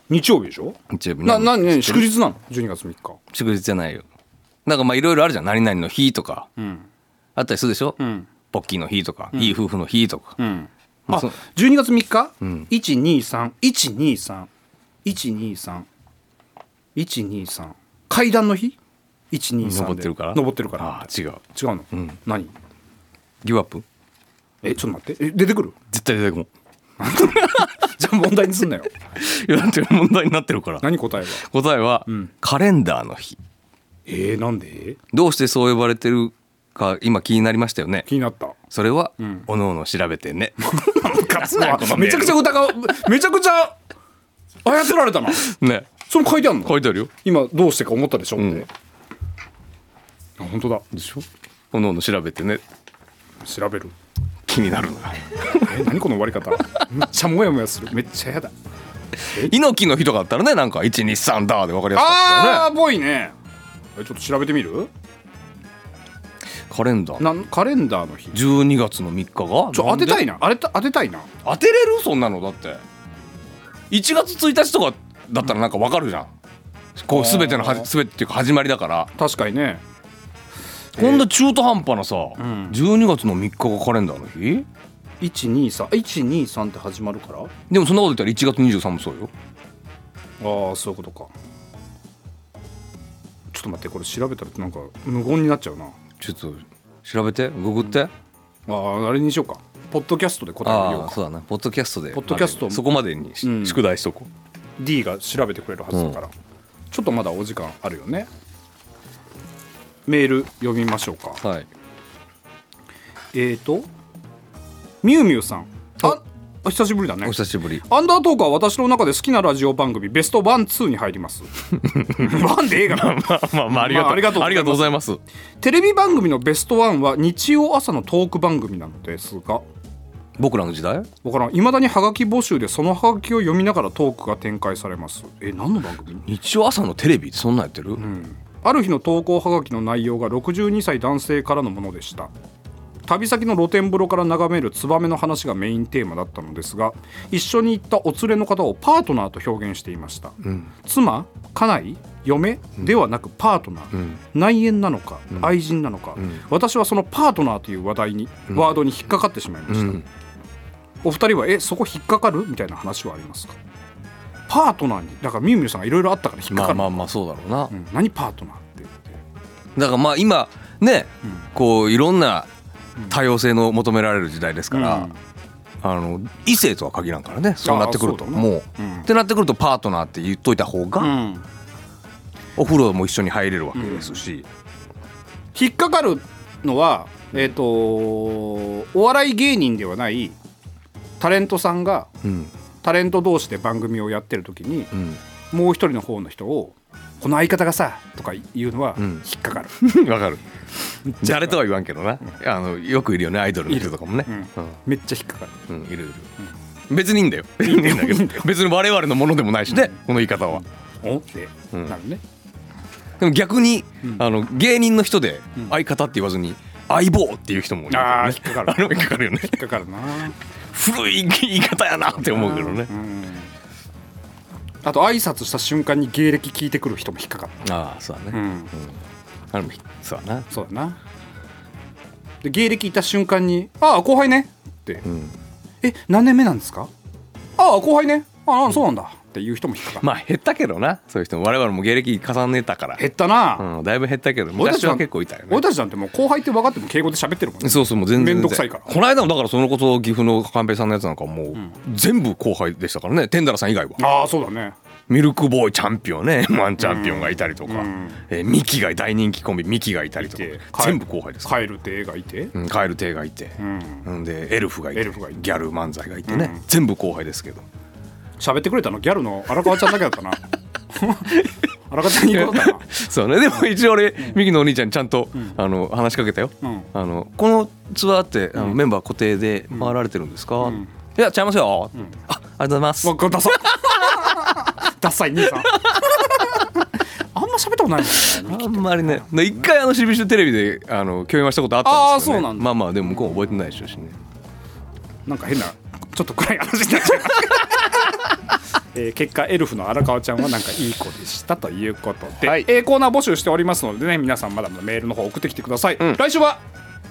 S3: 日曜日でしょ
S4: 日曜日
S3: な、
S4: 何の
S3: な、
S4: 日
S3: ね、祝日なの ?12 月3日。
S4: 祝日じゃないよなんかまあいろいろあるじゃん何々の日とか、あったりするでしょ、ポッキーの日とか、いい夫婦の日とか、
S3: あ、
S4: そう
S3: 12月3日、?1、2、3、1、2、3、1、2、3、1、2、3。階段の日 ?1、2、3で。
S4: 登ってるから
S3: 登ってるから。
S4: ああ違
S3: 違
S4: う
S3: うの、何
S4: ギブアップ
S3: え、ちょっと待って。え、出てくる
S4: 絶対出てこん
S3: じゃあ問題にすんなよ。
S4: いやだって問題になってるから
S3: 何 答えは。
S4: 答えは、カレンダーの日
S3: えー、なんで
S4: どうしてそう呼ばれてるか今気になりましたよね
S3: 気にな った。
S4: それは、おのおの調べて ね
S3: めちゃくちゃ疑う。めちゃくちゃ操られ たな。
S4: ね
S3: その書いてあるの
S4: 書いてあるよ
S3: 今どうしてか思ったでしょって。あ本当だ
S4: でしょおのおの調べてね
S3: 調べる
S4: 気になるな
S3: え何この終わり方 めっちゃモヤモヤするめっちゃやだ
S4: 猪木の日とかだったらねなんか123だーで分かりやすかったよ
S3: あー
S4: ね
S3: ぽいねえちょっと調べてみる
S4: カレンダー
S3: なんカレンダーの日ち
S4: 12月の3日が
S3: ょ当てたい
S4: な
S3: なあれた当てたいなん
S4: で当てれるそんなのだって1月1日とかだったらなんか分かるじゃんこう全てのはじ全てっていうか始まりだから
S3: 確かにね
S4: こんな中途半端なさ、
S3: ん
S4: 12月の3日がカレンダーの日
S3: 123123って始まるからあ
S4: でもそんなこと言ったら1月23もそうよ
S3: あそういうことかちょっと待ってこれ調べたらなんか無言になっちゃうな
S4: ちょっと調べてググって、
S3: あーあれにしようかポッドキャストで答えを言お
S4: あ
S3: う
S4: あ
S3: か
S4: そうだなポッドキャストで
S3: ポッドキャスト
S4: そこまでに、
S3: うん
S4: 宿題しとこ
S3: D が調べてくれるはずだから、ちょっとまだお時間あるよねメール読みましょうか
S4: うはい
S3: えーとみゆみゆさんあお久しぶりだね
S4: お久しぶり
S3: アンダートークは私の中で好きなラジオ番組ベストワンツーに入ります ワンでええがな
S4: まあまああ
S3: りがとう
S4: ありがとうございます
S3: テレビ番組のベストワンは日曜朝のトーク番組なのですが
S4: 僕らの時代
S3: わからんいまだにハガキ募集でそのハガキを読みながらトークが展開されますえ何の番組
S4: 日曜朝のテレビってそんなんやってる、
S3: ある日の投稿はがきの内容が62歳男性からのものでした旅先の露天風呂から眺めるツバメの話がメインテーマだったのですが一緒に行ったお連れの方をパートナーと表現していました、妻家内嫁ではなくパートナー、内縁なのか、愛人なのか、私はそのパートナーという話題に、ワードに引っかかってしまいました、お二人はえそこ引っかかるみたいな話はありますかパートナーにだからみゆみゆさんがいろいろあったから引っか
S4: ま
S3: か
S4: あ
S3: る、
S4: まあまあそうだろうな、
S3: うん何パートナーって言って
S4: だからまあ今ね、こういろんな多様性の求められる時代ですから、
S3: うん
S4: あの異性とは限らんからねそうなってくる
S3: そ
S4: と
S3: うだね
S4: もう、
S3: うん
S4: ってなってくるとパートナーって言っといた方が、
S3: うん
S4: お風呂も一緒に入れるわけですし、
S3: 引っかかるのは、えー、とお笑い芸人ではないタレントさんが
S4: うん
S3: タレント同士で番組をやってる時に
S4: うん
S3: もう一人の方の人を「この相方がさ」とか言うのは
S4: うん
S3: 引っかかる、
S4: わかる誰とは言わんけどなあのよくいるよねアイドルの人とかもね
S3: うんめっちゃ引っかかる
S4: うん、いるいる、別にいいんだよ別にいいんだけど別に我々のものでもないしね、この言い方は
S3: 「おっ?」て
S4: うん
S3: なるね、
S4: でも逆に、
S3: ん
S4: あの芸人の人で
S3: うん
S4: 相方って言わずに相棒っていう人もいるから
S3: あ
S4: ね
S3: ー引っかかる
S4: あれも引っかかる よね
S3: 引っかかるな
S4: 古い言い方やなって思うけどね
S3: うんあと挨拶した瞬間に芸歴聞いてくる人も引っかかる、
S4: ああそうだ
S3: う
S4: ね、
S3: ん、
S4: あれもそうだな
S3: そうだなで芸歴いた瞬間に「ああ後輩ね」って
S4: うん
S3: え何年目なんですかああ後輩ねああそうなんだっていう人も引っかかる、
S4: まあ減ったけどなそういう人も我々も芸歴重ねたから、
S3: 減ったな、
S4: うん、だいぶ減ったけど
S3: 俺たち
S4: 昔は結構いたよね
S3: 俺たちなんてもう後輩って分かっても敬語で喋ってるもんね
S4: そうそうもう全然
S3: めんどくさいから
S4: この間もだからそのこと岐阜の寛平さんのやつなんかもう全部後輩でしたからね天ダラさん以外は
S3: ああそうだね
S4: ミルクボーイチャンピオンね マンチャンピオンがいたりとか、
S3: うん
S4: えーミキが大人気コンビミキがいたりとか
S3: いて
S4: 全部後輩ですか
S3: カエルって映画いて
S4: ら、うん、カエル亭がいて、
S3: うん
S4: うん、でエルフがいて
S3: エルフがいて
S4: ギャル漫才がいてね、
S3: うん
S4: 全部後輩ですけど
S3: 喋ってくれたのギャルの荒川ちゃんだけだったな荒川ちゃんに言うことだな
S4: そうねでも一応俺、ミキのお兄ちゃんにちゃんと、あの話しかけたよ、
S3: うん
S4: あのこのツアーってあの、メンバー固定で回られてるんですか、
S3: ん
S4: いやちゃいますよ、あありがとうございます、
S3: わっダサダサい兄さんあんま喋ったことないもんね
S4: あんまりねで一回あのシビシュテレビであの共演はしたことあったんですけど、ね、
S3: あーそうなんだ
S4: まあまあでも向こうも覚えてないでしょうしね
S3: なんか変なちょっと暗い話になっちゃいました、 えー結果エルフの荒川ちゃんはなんかいい子でしたということで、
S4: はい
S3: えーコーナー募集しておりますのでね皆さんまだまだメールの方送ってきてください、
S4: ん
S3: 来週は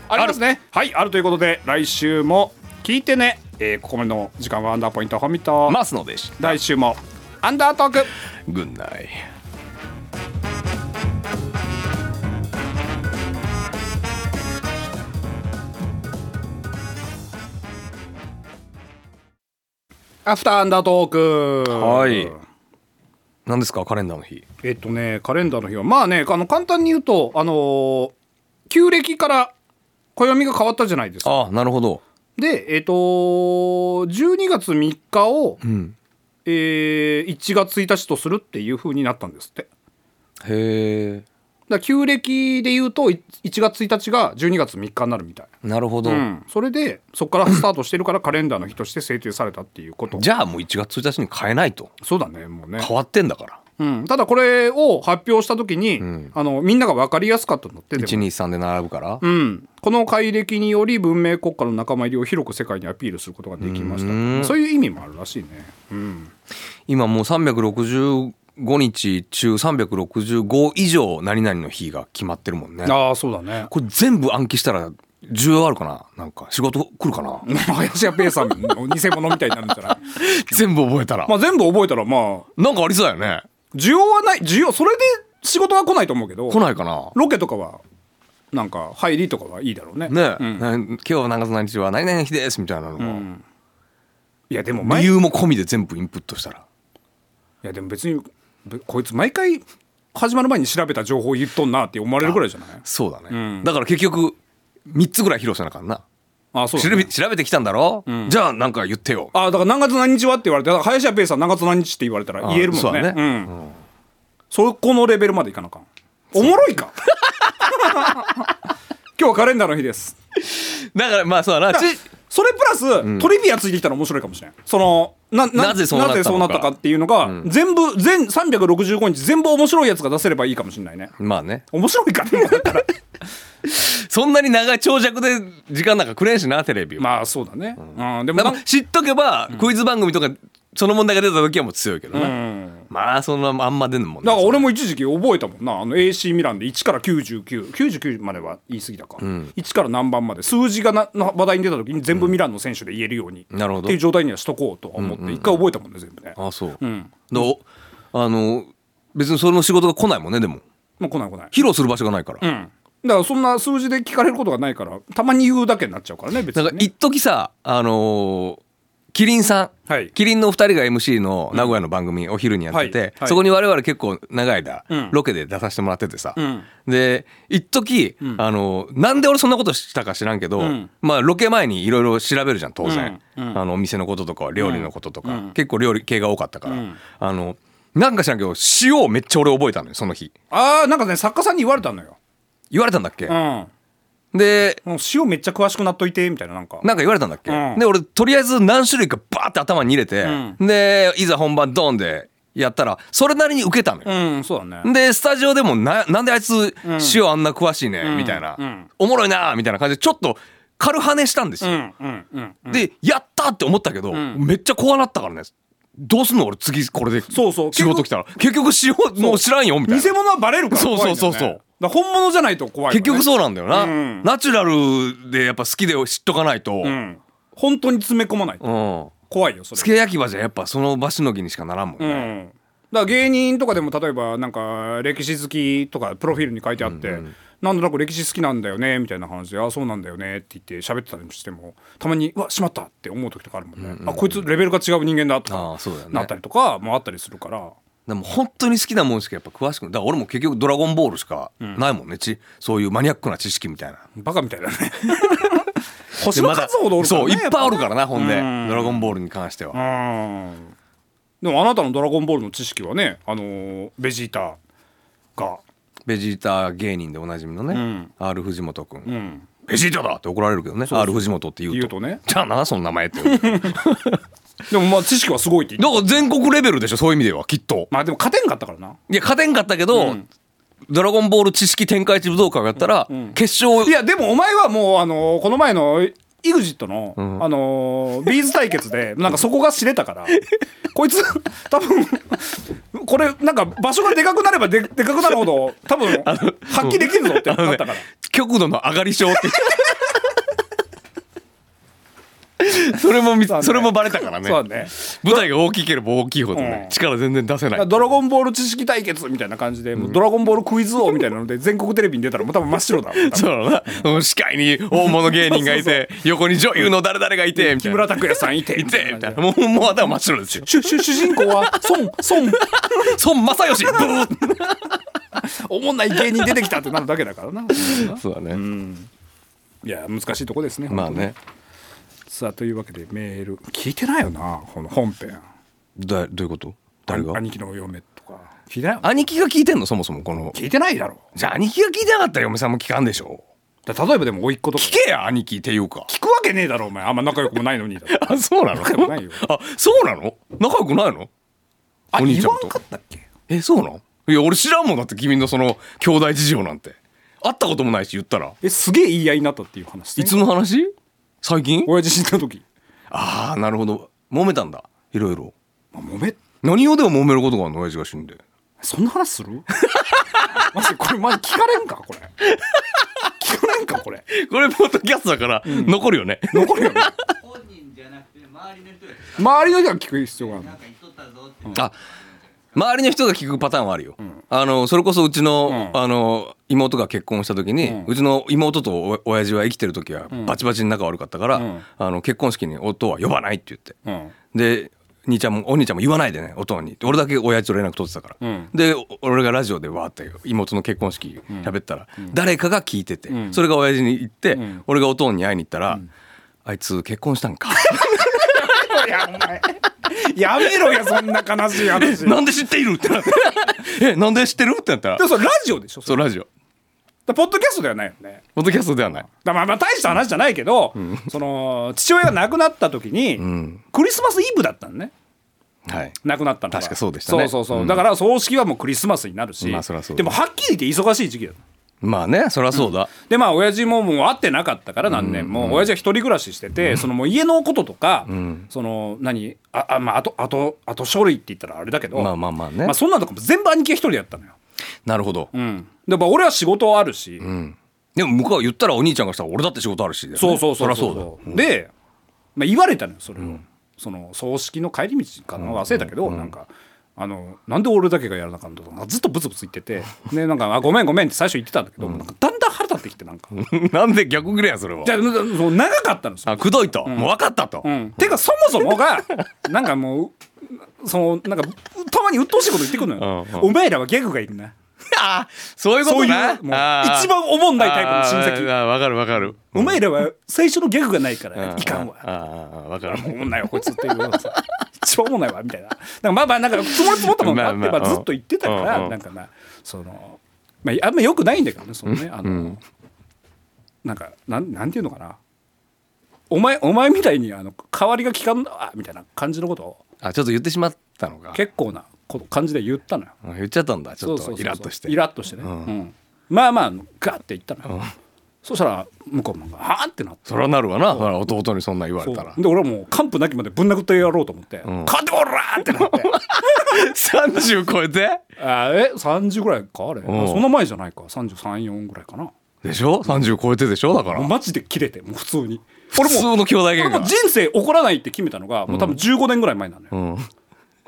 S3: ありますねはいあるということで来週も聞いてね、えーここまでの時間はアンダーポイントホミと、
S4: マスのでし
S3: 来週もアンダートーク
S4: グッナイ
S3: アフターアンダートーク
S4: はい何ですかカレンダーの日
S3: えっとねカレンダーの日はまあねあの簡単に言うとあのー旧暦から暦が変わったじゃないですか
S4: ああなるほど
S3: で、えっ、と12月3日を、
S4: うん
S3: えー1月1日とするっていう風になったんですって。
S4: へえ
S3: だから旧暦で言うとい1月1日が12月3日になるみたい
S4: なるほど、
S3: な、うん、それでそこからスタートしてるからカレンダーの日として制定されたっていうこと
S4: じゃあもう1月1日に変えないと
S3: そうだねもうね、
S4: 変わってんだから
S3: うん、ただこれを発表した時に、あのみんなが分かりやすかったんだってでも
S4: 123で並ぶから、
S3: うん、この改暦により文明国家の仲間入りを広く世界にアピールすることができましたそういう意味もあるらしいね、うん、
S4: 今もう365日中365以上何々の日が決まってるもんね
S3: ああそうだね
S4: これ全部暗記したら需要あるかななんか仕事来るかな
S3: 林家ペイさんの偽物みたいになるんじゃない
S4: 全部覚えたら、
S3: まあ全部覚えたらまあ
S4: なんかありそうだよね
S3: 需要はない需要それで仕事は来ないと思うけど
S4: 来ないかな
S3: ロケとかはなんか入りとかはいいだろうね
S4: ねえ、
S3: うん
S4: な今日は何月何日は何々の日ですみたいなのも、
S3: いやでも
S4: 理
S3: 前い
S4: 由も込みで全部インプットしたら
S3: やでも別にぶこいつ毎回始まる前に調べた情報言っとんなって思われるぐらいじゃない
S4: そうだね、
S3: ん
S4: だから結局3つぐらい披露せなあかんな、
S3: ああそうだ
S4: 調
S3: ね
S4: べ調べてきたんだろ、じゃあなんか言ってよ
S3: あだから何月何日はって言われてだから林家ペイさん何月何日って言われたら言えるもんね
S4: あそうだね
S3: んそこのレベルまでいかなあかんおもろい か今日はカレンダーの日です
S4: だからまあそうだなち
S3: それプラス、トリビアついてきたら面白いかもしれんそのな
S4: なぜそうなったのか
S3: ぜそうなったかっていうのが、全部全365日全部面白いやつが出せればいいかもしれないね
S4: まあね
S3: 面白いかでもだ から
S4: そんなに長い長尺で時間なんかくれんしなテレビは
S3: まあそうだね、うんでも
S4: だか
S3: な
S4: ら知っとけば、クイズ番組とかその問題が出た時はもう強いけどね、
S3: うん
S4: まあそんなあんま出んのもんね
S3: だから俺も一時期覚えたもんなあの AC ミランで1から9999までは言い過ぎたか、1から何番まで数字がなな話題に出た時に全部ミランの選手で言えるように、
S4: なるほ
S3: っ
S4: ど
S3: ていう状態にはしとこうとは思って、一回覚えたもんね全部ね
S4: あそう、
S3: ん
S4: だからおあの別にその仕事が来ないもんねでも
S3: もう来ない来ない、
S4: 披露する場所がないか
S3: う
S4: ら、
S3: ん、だからそんな数字で聞かれることがないからたまに言うだけになっちゃうからね別
S4: だ
S3: に
S4: か
S3: ね
S4: ら一時さあのーキリンさん、
S3: はい
S4: キリンのお二人が MC の名古屋の番組、お昼にやってて、
S3: はいはい
S4: そこに我々結構長い間、
S3: ん
S4: ロケで出させてもらっててさ、
S3: ん
S4: で一時、あのーなんで俺そんなことしたか知らんけど、
S3: ん
S4: まあロケ前にいろいろ調べるじゃん当然、
S3: うんうん
S4: あのお店のこととか料理のこととか、
S3: うん
S4: 結構料理系が多かったから、
S3: うん
S4: あのなんか知らんけど塩をめっちゃ俺覚えたのよその日
S3: ああなんかね作家さんに言われたのよ、
S4: 言われたんだっけ、
S3: うん、
S4: で
S3: もう塩めっちゃ詳しくなっといてみたいななんか
S4: なんか言われたんだっけ、
S3: うん
S4: で俺とりあえず何種類かバーって頭に入れて、
S3: う
S4: でいざ本番ドンでやったらそれなりに受けたの
S3: う
S4: よ、
S3: んそうだね
S4: でスタジオでもな「なんであいつ塩あんな詳しいね」みたいな、
S3: うん
S4: おもろいな」みたいな感じでちょっと軽はねしたんです
S3: う
S4: よ、
S3: んうんうんうん
S4: で「やった!」って思ったけど、めっちゃ怖なったからねどうすんの俺次これで
S3: そうそう
S4: 仕事来たら結局塩もう知らんよみたいな
S3: 偽物はバレるから怖いんだよ、ね、
S4: そうそうそうそう
S3: だから本物じゃないと怖い、ね、
S4: 結局そうなんだよな、
S3: うん
S4: ナチュラルでやっぱ好きで知っとかないと、
S3: うん、本当に詰め込まないと
S4: うん、
S3: 怖いよそれ
S4: 付け焼き場じゃやっぱその場しのぎにしかならんもん
S3: う
S4: ね、
S3: んだから芸人とかでも例えばなんか歴史好きとかプロフィールに書いてあって、なんとなく歴史好きなんだよねみたいな話で「あそうなんだよね」って言って喋ってたりしてもたまに「うわしまった!」って思う時とかあるもんね、あこいつレベルが違う人間だと
S4: あ
S3: か
S4: あそうだよね
S3: なったりとかもあったりするから
S4: でも本当に好きなもんしかやっぱ詳しくないだから俺も結局「ドラゴンボール」しかないもんね、ちそういうマニアックな知識みたいな。
S3: バカみ たいだね
S4: で
S3: 星の
S4: まだ
S3: 数ほどおるから、
S4: そう
S3: ね、
S4: いっぱいおるかららなほんで「ドラゴンボール」に関しては。
S3: うんでもあなたの「ドラゴンボール」の知識はね、あのーベジータが
S4: ベジータ芸人でおなじみのね、
S3: ん
S4: R 藤本君、
S3: ん
S4: ベジータだ!」って怒られるけどね R 藤本って言う
S3: 言うと
S4: と
S3: ね
S4: じゃあなその名前ってだか
S3: でもまあ知識はすごいって言って
S4: ら全国レベルでしょそういう意味ではきっと
S3: まあでも勝てんかったからない
S4: や勝てんかったけど、ドラゴンボール知識展開一武道会をやったら、決勝
S3: いやでもお前はもう、あのーこの前の EXIT の、あのービーズ対決でなんかそこが知れたからこいつ多分これなんか場所がでかくなればででかくなるほど多分発揮できるぞってなったから。
S4: 極度の上がり症って。それも み
S3: そうね
S4: それもバレたからね
S3: そうだね
S4: 舞台が大きければ大きいほどね、
S3: うん
S4: 力全然出せない
S3: ドラゴンボール知識対決みたいな感じで、もうドラゴンボールクイズ王みたいなので全国テレビに出たらもう多分真っ 白だ。
S4: そうだな、うん、司会に大物芸人がいて横に女優の誰々がいてみ
S3: 木
S4: たい
S3: 村
S4: な
S3: 拓哉さんいて
S4: い
S3: みたい
S4: てみた
S3: な い
S4: なもうもう頭真っ白ですよ
S3: 主主主人公は孫孫
S4: 孫 正義ブー
S3: おもんない芸人出てきたってなるだけだからな。
S4: そうだね、
S3: いや難しいとこですね。
S4: まあね
S3: さあというわけでメール聞いてないよなこの本編
S4: だどういうこと誰が
S3: 兄貴の嫁とか聞いてない
S4: 兄貴が聞いてんのそもそもこの
S3: 聞いてないだろ
S4: じゃあ兄貴が聞いてなかったら嫁さんも聞かんでしょ
S3: だ例えばでも甥っ子とか
S4: 聞けや兄貴っていうか
S3: 聞くわけねえだろお前あんま仲良くもないのにだろ
S4: あそうなの
S3: 良くないよ
S4: あそうなの仲良くないの
S3: あ
S4: お兄ち
S3: 言
S4: ゃん
S3: わん
S4: と
S3: かったっけ
S4: えそうなのいや俺知らんもんだって君のその兄弟事情なんて会ったこともないし言ったら
S3: えすげえ言い合いになったっていう話
S4: いつの話最近
S3: 親父死んだ時、
S4: ああなるほど揉めたんだいろいろ
S3: まあ、揉め
S4: 何をでも揉めることがあるの親父が死んで
S3: そんな話する マジでこれマジ聞かれんかこれ聞かれんかこれ
S4: これポッドキャストだから残るよね、
S3: 残るよね
S1: 本人じゃなくて周りの人が
S3: 周りの人が聞く必要がある
S1: なんか言っとったぞって
S4: あ周りの人が聞くパターンはあるよ、あのそれこそうちの,、
S3: うん
S4: あの妹が結婚した時に、
S3: う
S4: うんちの妹とお親父は生きてる時はバチバチに仲悪かったから、
S3: うん
S4: あの結婚式に音は呼ばないって言って、
S3: うん
S4: で兄ちゃんもお兄ちゃんも言わないでねお父にって俺だけ親父と連絡取ってたか
S3: う
S4: ら、
S3: ん
S4: でお俺がラジオでわーって妹の結婚式喋ったら、誰かが聞いてて、それが親父に言って、
S3: ん
S4: 俺がお父に会いに行ったら、あいつ結婚し たんか
S3: いやお前 やめろやそんな悲しい話で
S4: なんで知っているってなってえなんで知ってるってなったら
S3: もそれラジオでしょそれ
S4: そうラジオ
S3: だからポッドキャストではないよね
S4: ポッドキャストではない
S3: だからまあまあ大した話じゃないけど、その父親が亡くなった時に、
S4: ん
S3: クリスマスイブだったのね
S4: はい
S3: 亡くなったのが
S4: 確かそうでしたね
S3: そうそうそう、
S4: うん
S3: だから葬式はもうクリスマスになるし、
S4: まあそりゃそうだ
S3: でもはっきり言って忙しい時期だった
S4: まあねそりゃそうだ、
S3: でまあ親父ももう会ってなかったから何年も、親父は一人暮らししてて、そのもう家のこととか、その何ああまああとあとあと書類って言ったらあれだけど
S4: まあまあまあね
S3: まあ、そんなのとかも全部兄貴が一人でやったのよ、
S4: なるほど、
S3: うん、でまあ俺は仕事あるし、
S4: でも向こうは言ったらお兄ちゃんがしたら俺だって仕事あるしだよね、
S3: そうそうそう
S4: そりゃそうだ
S3: で、まあ、言われたのよそれを、その葬式の帰り道かな忘れたけど、なんか。あのなんで俺だけがやらなかったのかずっとブツブツ言っててでなんかあ「ごめんごめん」って最初言ってたんだけど、なんかだんだん腹立ってきてなんか
S4: なんで逆切れやそれは
S3: じゃあそう長かったんですよ
S4: あくどいと、もう分かったと、
S3: うん、てかそもそもがなんかもうそのなんかたまに鬱陶しいこと言ってくるのよ、
S4: うんうん
S3: お前らはギャグがいるな
S4: あそういうこ
S3: そ
S4: と
S3: ういう
S4: な
S3: もう一番おもんないタイプの親戚
S4: 分かる分かる
S3: お前らは最初のギャグがないからいかんわ
S4: わ分か
S3: お
S4: る
S3: もんないわこいつっていうのがさ 一番おもんないわみたいななんかまあまあなんか積もり積もったものがあって
S4: まあまあ
S3: まあずっと言ってたか
S4: うん
S3: ら
S4: うん
S3: なんかまあそのまああんまよくないんだけどねそのねあのなんかなんなんていうのかなお前お前みたいにあの代わりが効かんわみたいな感じのことを
S4: あちょっと言ってしまったのか
S3: 結構なこ感じで言ったのよ
S4: うん言っちゃったんだちょっ
S3: そうそうそう
S4: と
S3: そう
S4: イラッとして
S3: イラッとしてね、うんまあまあガッて言ったのよ、そしたら向こうも「はあ?」ってなって
S4: そりゃなるわなほら弟にそんな言われたら
S3: そうで俺はもう完膚なきまでぶん殴ってやろうと思って「勝てこら!」ってなって
S4: 30超えて
S3: 「あえ30ぐらいかあれ
S4: ん
S3: そんな前じゃないか334ぐらいかな」
S4: でしょ30超えてでしょだから
S3: もうマジで切れてもう普通に
S4: 普通の兄弟喧
S3: 俺も
S4: 嘩
S3: う人生怒らないって決めたのがもう多分15年ぐらい前なのよ、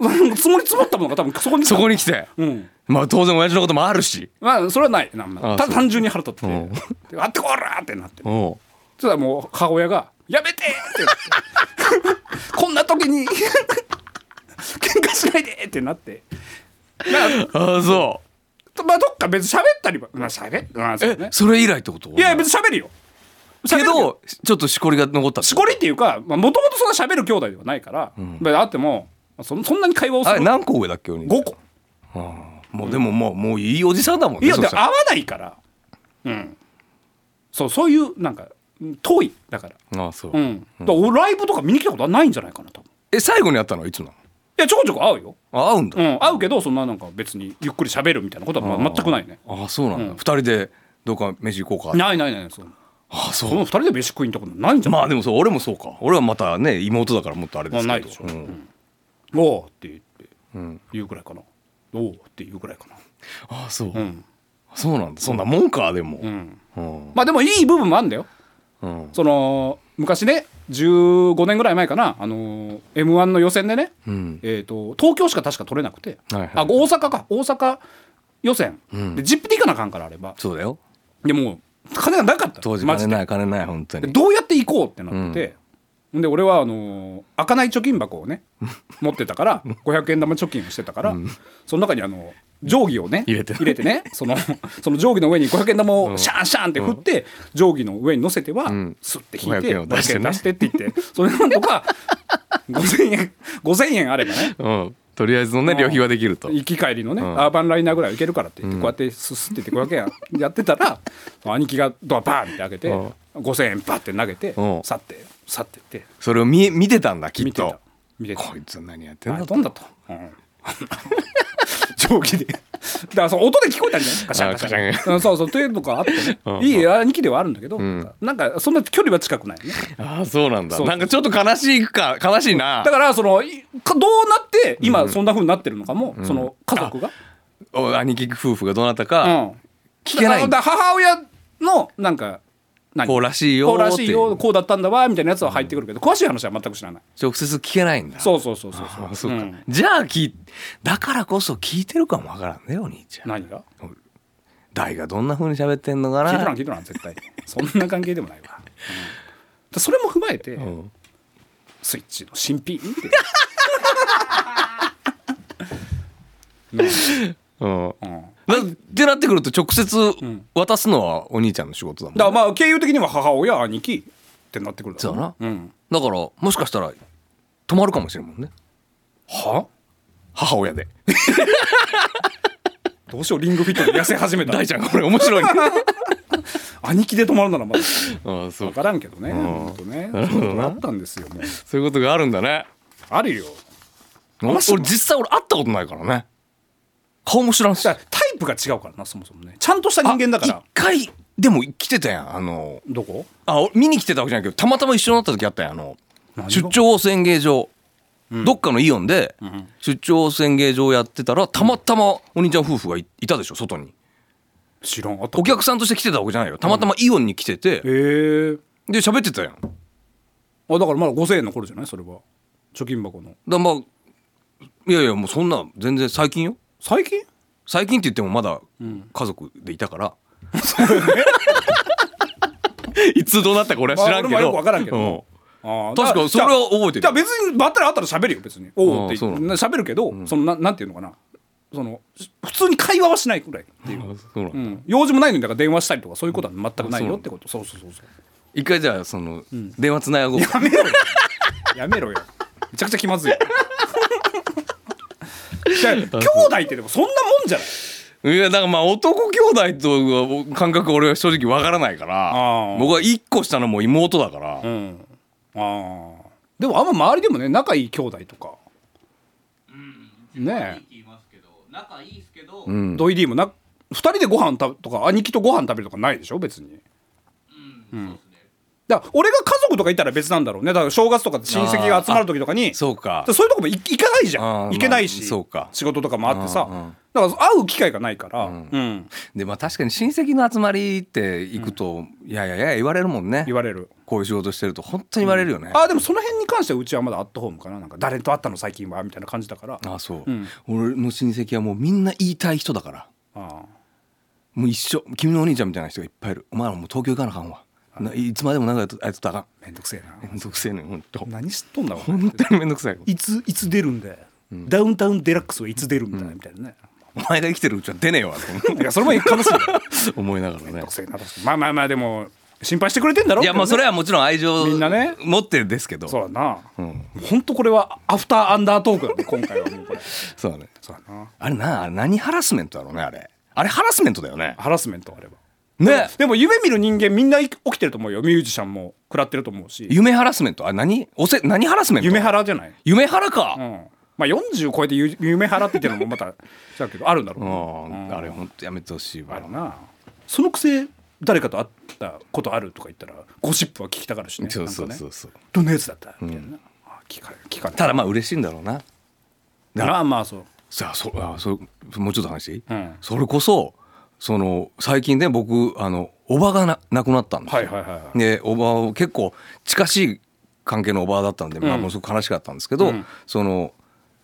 S3: なんか積もり積もったものが多分そこに
S4: そこに来て、
S3: うん
S4: まあ当然親父のこともあるし
S3: まあそれはないなん
S4: あ
S3: た
S4: そ
S3: だ
S4: う
S3: 単純に腹立って
S4: う
S3: て「
S4: ん
S3: あってこら!」ってなって
S4: お
S3: そしたらもう母親が「やめて!」ってなって「 こんな時に喧嘩しないで!」ってなってだか
S4: ああそ
S3: らまあどっか別に喋ったりもまあ喋っまあそうう
S4: え、
S3: ね
S4: それ以来ってこと
S3: いや別に喋るよ
S4: けどちょっとしこりが残った
S3: しこりっていうかもともとそんな喋る兄弟ではないから、まああってもそんそんなに会話をす
S4: あれ
S3: る
S4: 何個上だっけ5
S3: 5個
S4: もうでももうもういいおじさんだもんね
S3: いや
S4: そ
S3: で
S4: したら
S3: 合わないからうんそうそういうなんか遠いだから
S4: ああそう、
S3: うん、だから俺ライブとか見に来たことはないんじゃないかな多分
S4: え最後に会ったのはいつなの
S3: いやちょこちょこ会うよ
S4: あ会うんだ、
S3: うん、会うけどそんななんか別にゆっくり喋るみたいなことはまあ全くないね
S4: ああそうなんだ、二人でどうか飯行こうか
S3: ないないないそう
S4: ああそ
S3: この
S4: う
S3: 二人で飯食いに行ったことないんじゃない、
S4: まあでもそう俺もそうか俺はまたね妹だからもっとあれですけど
S3: まあないでしょ
S4: うん
S3: おうって言って言うぐらいかな、おうって言うぐらいかな
S4: ああそう、
S3: うん
S4: そうなんだそんなもんかでも
S3: う
S4: うんん
S3: まあでもいい部分もあるんだよ
S4: うん
S3: その昔ね15年ぐらい前かな、あの m 1の予選でね、
S4: うん
S3: えー、と東京しか確か取れなくて、
S4: はいはい
S3: あ大阪か大阪予選、
S4: ん
S3: でジップで行かなあかんからあれば
S4: そうだよ
S3: でもう金がなかった
S4: 当時
S3: マジ
S4: 金
S3: で
S4: ない金ない本当
S3: で
S4: に
S3: どうやって行こうってなってて、で俺はあのー開かない貯金箱を ね持ってたから500円玉貯金をしてたから、その中にあの定規をね
S4: 入れて
S3: ねそのその定規の上に500円玉をシャンシャンって振って、定規の上に乗せては、
S4: ん
S3: スッて引いて
S4: 500円を出してね
S3: 500円出してって言ってそれなんとか5000円5000円あればね
S4: うんとりあえずのね
S3: ん
S4: 旅費はできると
S3: 行き帰りのね、
S4: ん
S3: アーバンライナーぐらい行けるからって言って、こうやってすすってってこうやって ややってたら兄貴がドアバーンって開けて、
S4: うん
S3: 5,000円バッて投げて、
S4: うん
S3: 去って去ってって
S4: それを見見てたんだきっ
S3: 見てた
S4: と
S3: 見てた
S4: こいつ何やってん
S3: 何
S4: だ
S3: 飛んだと、うん、 蒸気でだからその音で聞こえたんじゃないガシャンガシャン
S4: あガシャン
S3: うんそうそうというのがあってね、
S4: うん
S3: いい兄貴ではあるんだけど、
S4: ん
S3: なんかそんな距離は近くないね
S4: ああそうなんだ
S3: そう
S4: なんかちょっと悲しいか悲しいな
S3: だからそのいかどうなって今そんなふうになってるのかも、その家族が、
S4: お兄貴夫婦がどなた
S3: う
S4: か
S3: ん、
S4: 聞けないんだ
S3: だから母親のなんか何
S4: こうらしいよ
S3: こう
S4: ーっ
S3: ら
S4: て
S3: しいよこうだったんだわみたいなやつは入ってくるけど、詳しい話は全く知らない
S4: 直接聞けないんだ
S3: そうそうそうそう
S4: あそうか、
S3: ん
S4: じゃあ聞いだからこそ聞いてるかもわからんねお兄ちゃん
S3: 何が
S4: 大がどんな風に喋ってんのか
S3: 聞いとらん
S4: な
S3: 聞いとらん 絶対そんな関係でもないわ、うんだそれも踏まえて、
S4: うん
S3: スイッチの新品って
S4: うん
S3: うん
S4: なってなってくると直接渡すのはお兄ちゃんの仕事だもん
S3: だからまあ経由的には母親兄貴ってなってくるだろ
S4: そうだな
S3: うん、
S4: だからもしかしたら止まるかもしれんもんね
S3: は
S4: 母親で
S3: どうしようリングフィットで痩せ始めた
S4: 大ちゃんこれ面白い
S3: 兄貴で止まるならまだ
S4: うんそ
S3: 分
S4: う
S3: からんけどね
S4: ん
S3: ほんとね
S4: なるほど
S3: そういう
S4: な
S3: ことあったんですよもう
S4: そういうことがあるんだね
S3: あるよ
S4: 俺俺実際俺会ったことないからね顔も知らんし
S3: だからタイプが違うからなそもそもねちゃんとした人間だから
S4: あ一回でも来てたやんあの
S3: どこ
S4: あ俺見に来てたわけじゃないけどたまたま一緒になった時あったやんあの
S3: 何が
S4: 出張宣芸場、どっかのイオンで出張宣芸場やってたらたまたまお兄ちゃん夫婦がいいたでしょ外に
S3: 知らんあった
S4: お客さんとして来てたわけじゃないよたまたまイオンに来てて、
S3: へえ
S4: で喋ってたやんだか
S3: あだからまだ5000円の頃じゃないそれは貯金箱の
S4: らまあいやいやもうそんな全然最近よ
S3: 最近
S4: 最近って言ってもまだ家族でいたから、 いつどうなったか俺は知らんけど、
S3: まあ俺もよくわからんけど
S4: うん
S3: あー
S4: 確かにそれは覚えてる
S3: じゃあ別にばったり会ったら喋るよ別におおって
S4: あーそうな
S3: な喋るけど、そのななんていうのかなそのし普通に会話はしないくらいっていう、
S4: あそうなんだ
S3: うん、用事もないのにだから電話したりとかそういうことは全くないよってこと、そうそうそうそう
S4: 一回じゃあその、電話つなごう
S3: やめろよやめろよめちゃくちゃ気まずいよい や兄弟ってでもそんなもんじゃない
S4: いやだからまあ男兄弟とは感覚俺は正直わからないから
S3: あー
S4: 僕は一個下のもう妹だから、
S3: うん、ああでもあんま周りでもね仲いい兄弟とか
S1: うん
S3: ねえ
S1: いいって言いますけど仲いいですけど、
S4: う
S1: うん
S4: ん
S3: ドイディもな2人でご飯食べとか兄貴とご飯食べるとかないでしょ別に
S1: そうですね
S3: だから俺が家族とかいたら別なんだろうねだから正月とか親戚が集まる時とかに
S4: そうか
S3: だからそういうとこもい行かないじ
S4: あ
S3: ゃ
S4: ーま
S3: ん
S4: あ
S3: 行けないし、
S4: そうか
S3: 仕事とかもあって
S4: うんうん
S3: さだから会う機会がないから、うん
S4: でまあ確かに親戚の集まりって行くと、いやいやいや言われるもんね
S3: 言われる
S4: こういう仕事してると本当に言われるよね、
S3: あーでもその辺に関してはうちはまだアットホームかななんか誰と会ったの最近はみたいな感じだから
S4: あそう、
S3: ん
S4: 俺の親戚はもうみんな言いたい人だから
S3: あ
S4: もう一緒君のお兄ちゃんみたいな人がいっぱいいるお前らもう東京行かなあかんわないつまでも長いことあいつとあかん
S3: ーめんどくせえ
S4: め
S3: なん
S4: どくせえねんほんと
S3: 何しとんだろう
S4: 本当にめんどくさいこと
S3: いついつ出るんだよ、ダウンタウンデラックスはいつ出るんだよ、みたいなね。
S4: お前が生きてるうちは出ねえわ と
S3: いやそれも悲しいよ。
S4: 思いながらね
S3: くせえな確かに まあまあまあでも心配してくれてんだろう
S4: い
S3: け
S4: や
S3: どね
S4: まあそれはもちろん愛情
S3: みんなね
S4: 持ってですけど
S3: そうだな。
S4: ん
S3: 本当これはアフターアンダートーク だね今回はもうこれ。
S4: そうだね
S3: そうだな。
S4: あれなあれ何ハラスメントだろうねあれあれハラスメントだよね
S3: ハラスメントあれば。
S4: ね
S3: でも夢見る人間みんな起きてると思うよ。ミュージシャンも食らってると思うし。
S4: 夢ハラスメントあれ何おせ何ハラスメント
S3: 夢ハラじゃない。
S4: 夢ハラか、
S3: うん。まあ40超えてゆ夢ハラって言ってるのもまただけどあるんだろうね。
S4: うんあれ本当やめてほしい
S3: あ
S4: わ
S3: るな。そのくせ誰かと会ったことあるとか言ったらゴシップは聞きたがるしね。
S4: そうそう
S3: なんか
S4: そ
S3: ね
S4: うそう
S3: どんなやつだったみたいな、あ聞か聞か
S4: た
S3: だ
S4: だまあ嬉しいんだろうな
S3: まあまあそう
S4: さあそあそもうちょっと話していい、
S3: うん
S4: それこそその最近ね僕あのおばがな亡くなったんですよ、
S3: はいはいはいはい
S4: でおばを結構近しい関係のおばだったんで、まあ、
S3: うん
S4: ものすごく悲しかったんですけど、
S3: うん
S4: その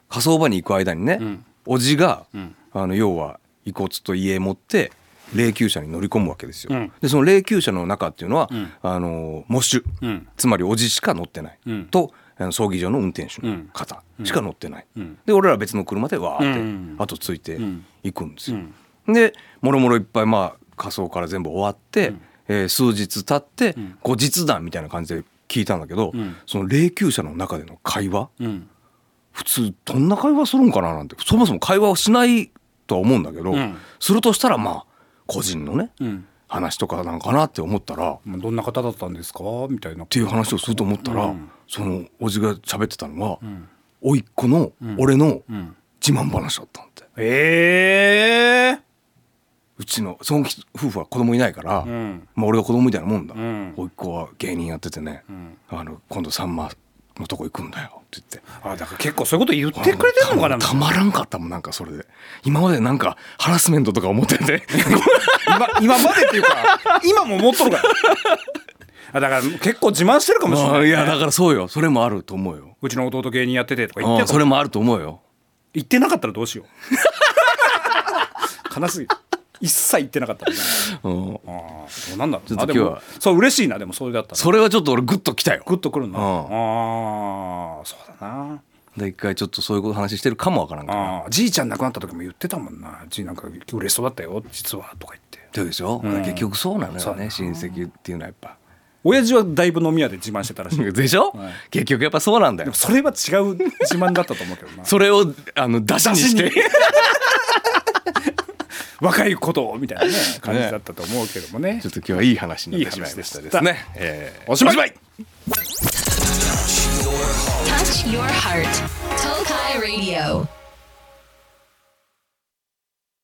S4: 火葬場に行く間にね、
S3: ん
S4: おじが、
S3: ん
S4: あの要は遺骨と家持って霊柩車に乗り込むわけですよ。
S3: うん
S4: でその霊柩車の中っていうのは、
S3: ん
S4: あの喪主、
S3: うん
S4: つまりおじしか乗ってない、
S3: うん
S4: とあの葬儀場の運転手の方しか乗ってない、
S3: うん
S4: で俺らは別の車でわーっ
S3: うん
S4: て後ついて
S3: ん
S4: いくんですよ。でもろもろいっぱいまあ仮装から全部終わって、えー数日経って後日談みたいな感じで聞いたんだけど、
S3: ん
S4: その霊柩車の中での会話、
S3: うん
S4: 普通どんな会話するんかななんてそもそも会話をしないとは思うんだけど、
S3: うん
S4: するとしたらまあ個人のね、
S3: うん
S4: 話とかなんかなって思ったらっ
S3: まあどんな方だったんですかみたいな
S4: ていう話をすると思ったら、
S3: うん
S4: そのおじが喋ってたのは、
S3: ん
S4: 甥っ子の俺の
S3: ん
S4: 自慢話だったんだって。
S3: ええ
S4: うちのその人夫婦は子供いないから、
S3: ん
S4: まあ、俺が子供みたいなもんだ、
S3: ん
S4: 甥っ子は芸人やっててね、あの今度さんまのとこ行くんだよって言って
S3: あだから結構そういうこと言ってくれてるのかな
S4: あたたまらんかったもんなんかそれで今までなんかハラスメントとか思って て
S3: 今今までっていうか今も持っとるからあだから結構自慢してるかもしれ
S4: ま
S3: な
S4: あ
S3: い
S4: いやだからそうよそれもあると思うよ
S3: うちの弟芸人やっててとか言って
S4: うん
S3: た
S4: それもあると思うよ
S3: 言ってなかったらどうしよう悲しい一切言ってなかったもんね
S4: うん
S3: ああそうなんだろう
S4: ちょ
S3: な
S4: っと
S3: で
S4: 今日
S3: も
S4: は
S3: そう嬉しいなでもそれだったら
S4: それはちょっと俺グッときたよ
S3: グッとくるんだ
S4: う
S3: あ
S4: ん
S3: あそうだな
S4: で一回ちょっとそういうこと話してるかもわからんから
S3: ああじいちゃん亡くなった時も言ってたもんなじいなんか嬉しそうだったよ実はとか言って
S4: そうでしょ、
S3: ん
S4: 結局そうなの
S3: そう
S4: よ
S3: だ
S4: ね
S3: な
S4: 親戚っていうのはやっぱ
S3: 親父はだいぶ飲み屋で自慢してたら しいで
S4: でしょ、結局やっぱそうなんだよ
S3: もそれは違う自慢だったと思うけどな
S4: それをあの出しにして
S3: 出し 若いことをみたいなね感じだったと思うけどもね
S4: ちょっと今日はいい話になってしまいましたで
S3: い
S4: すね。
S3: い話
S4: えー
S3: おしまい
S2: Touch your heart. Tokai Radio.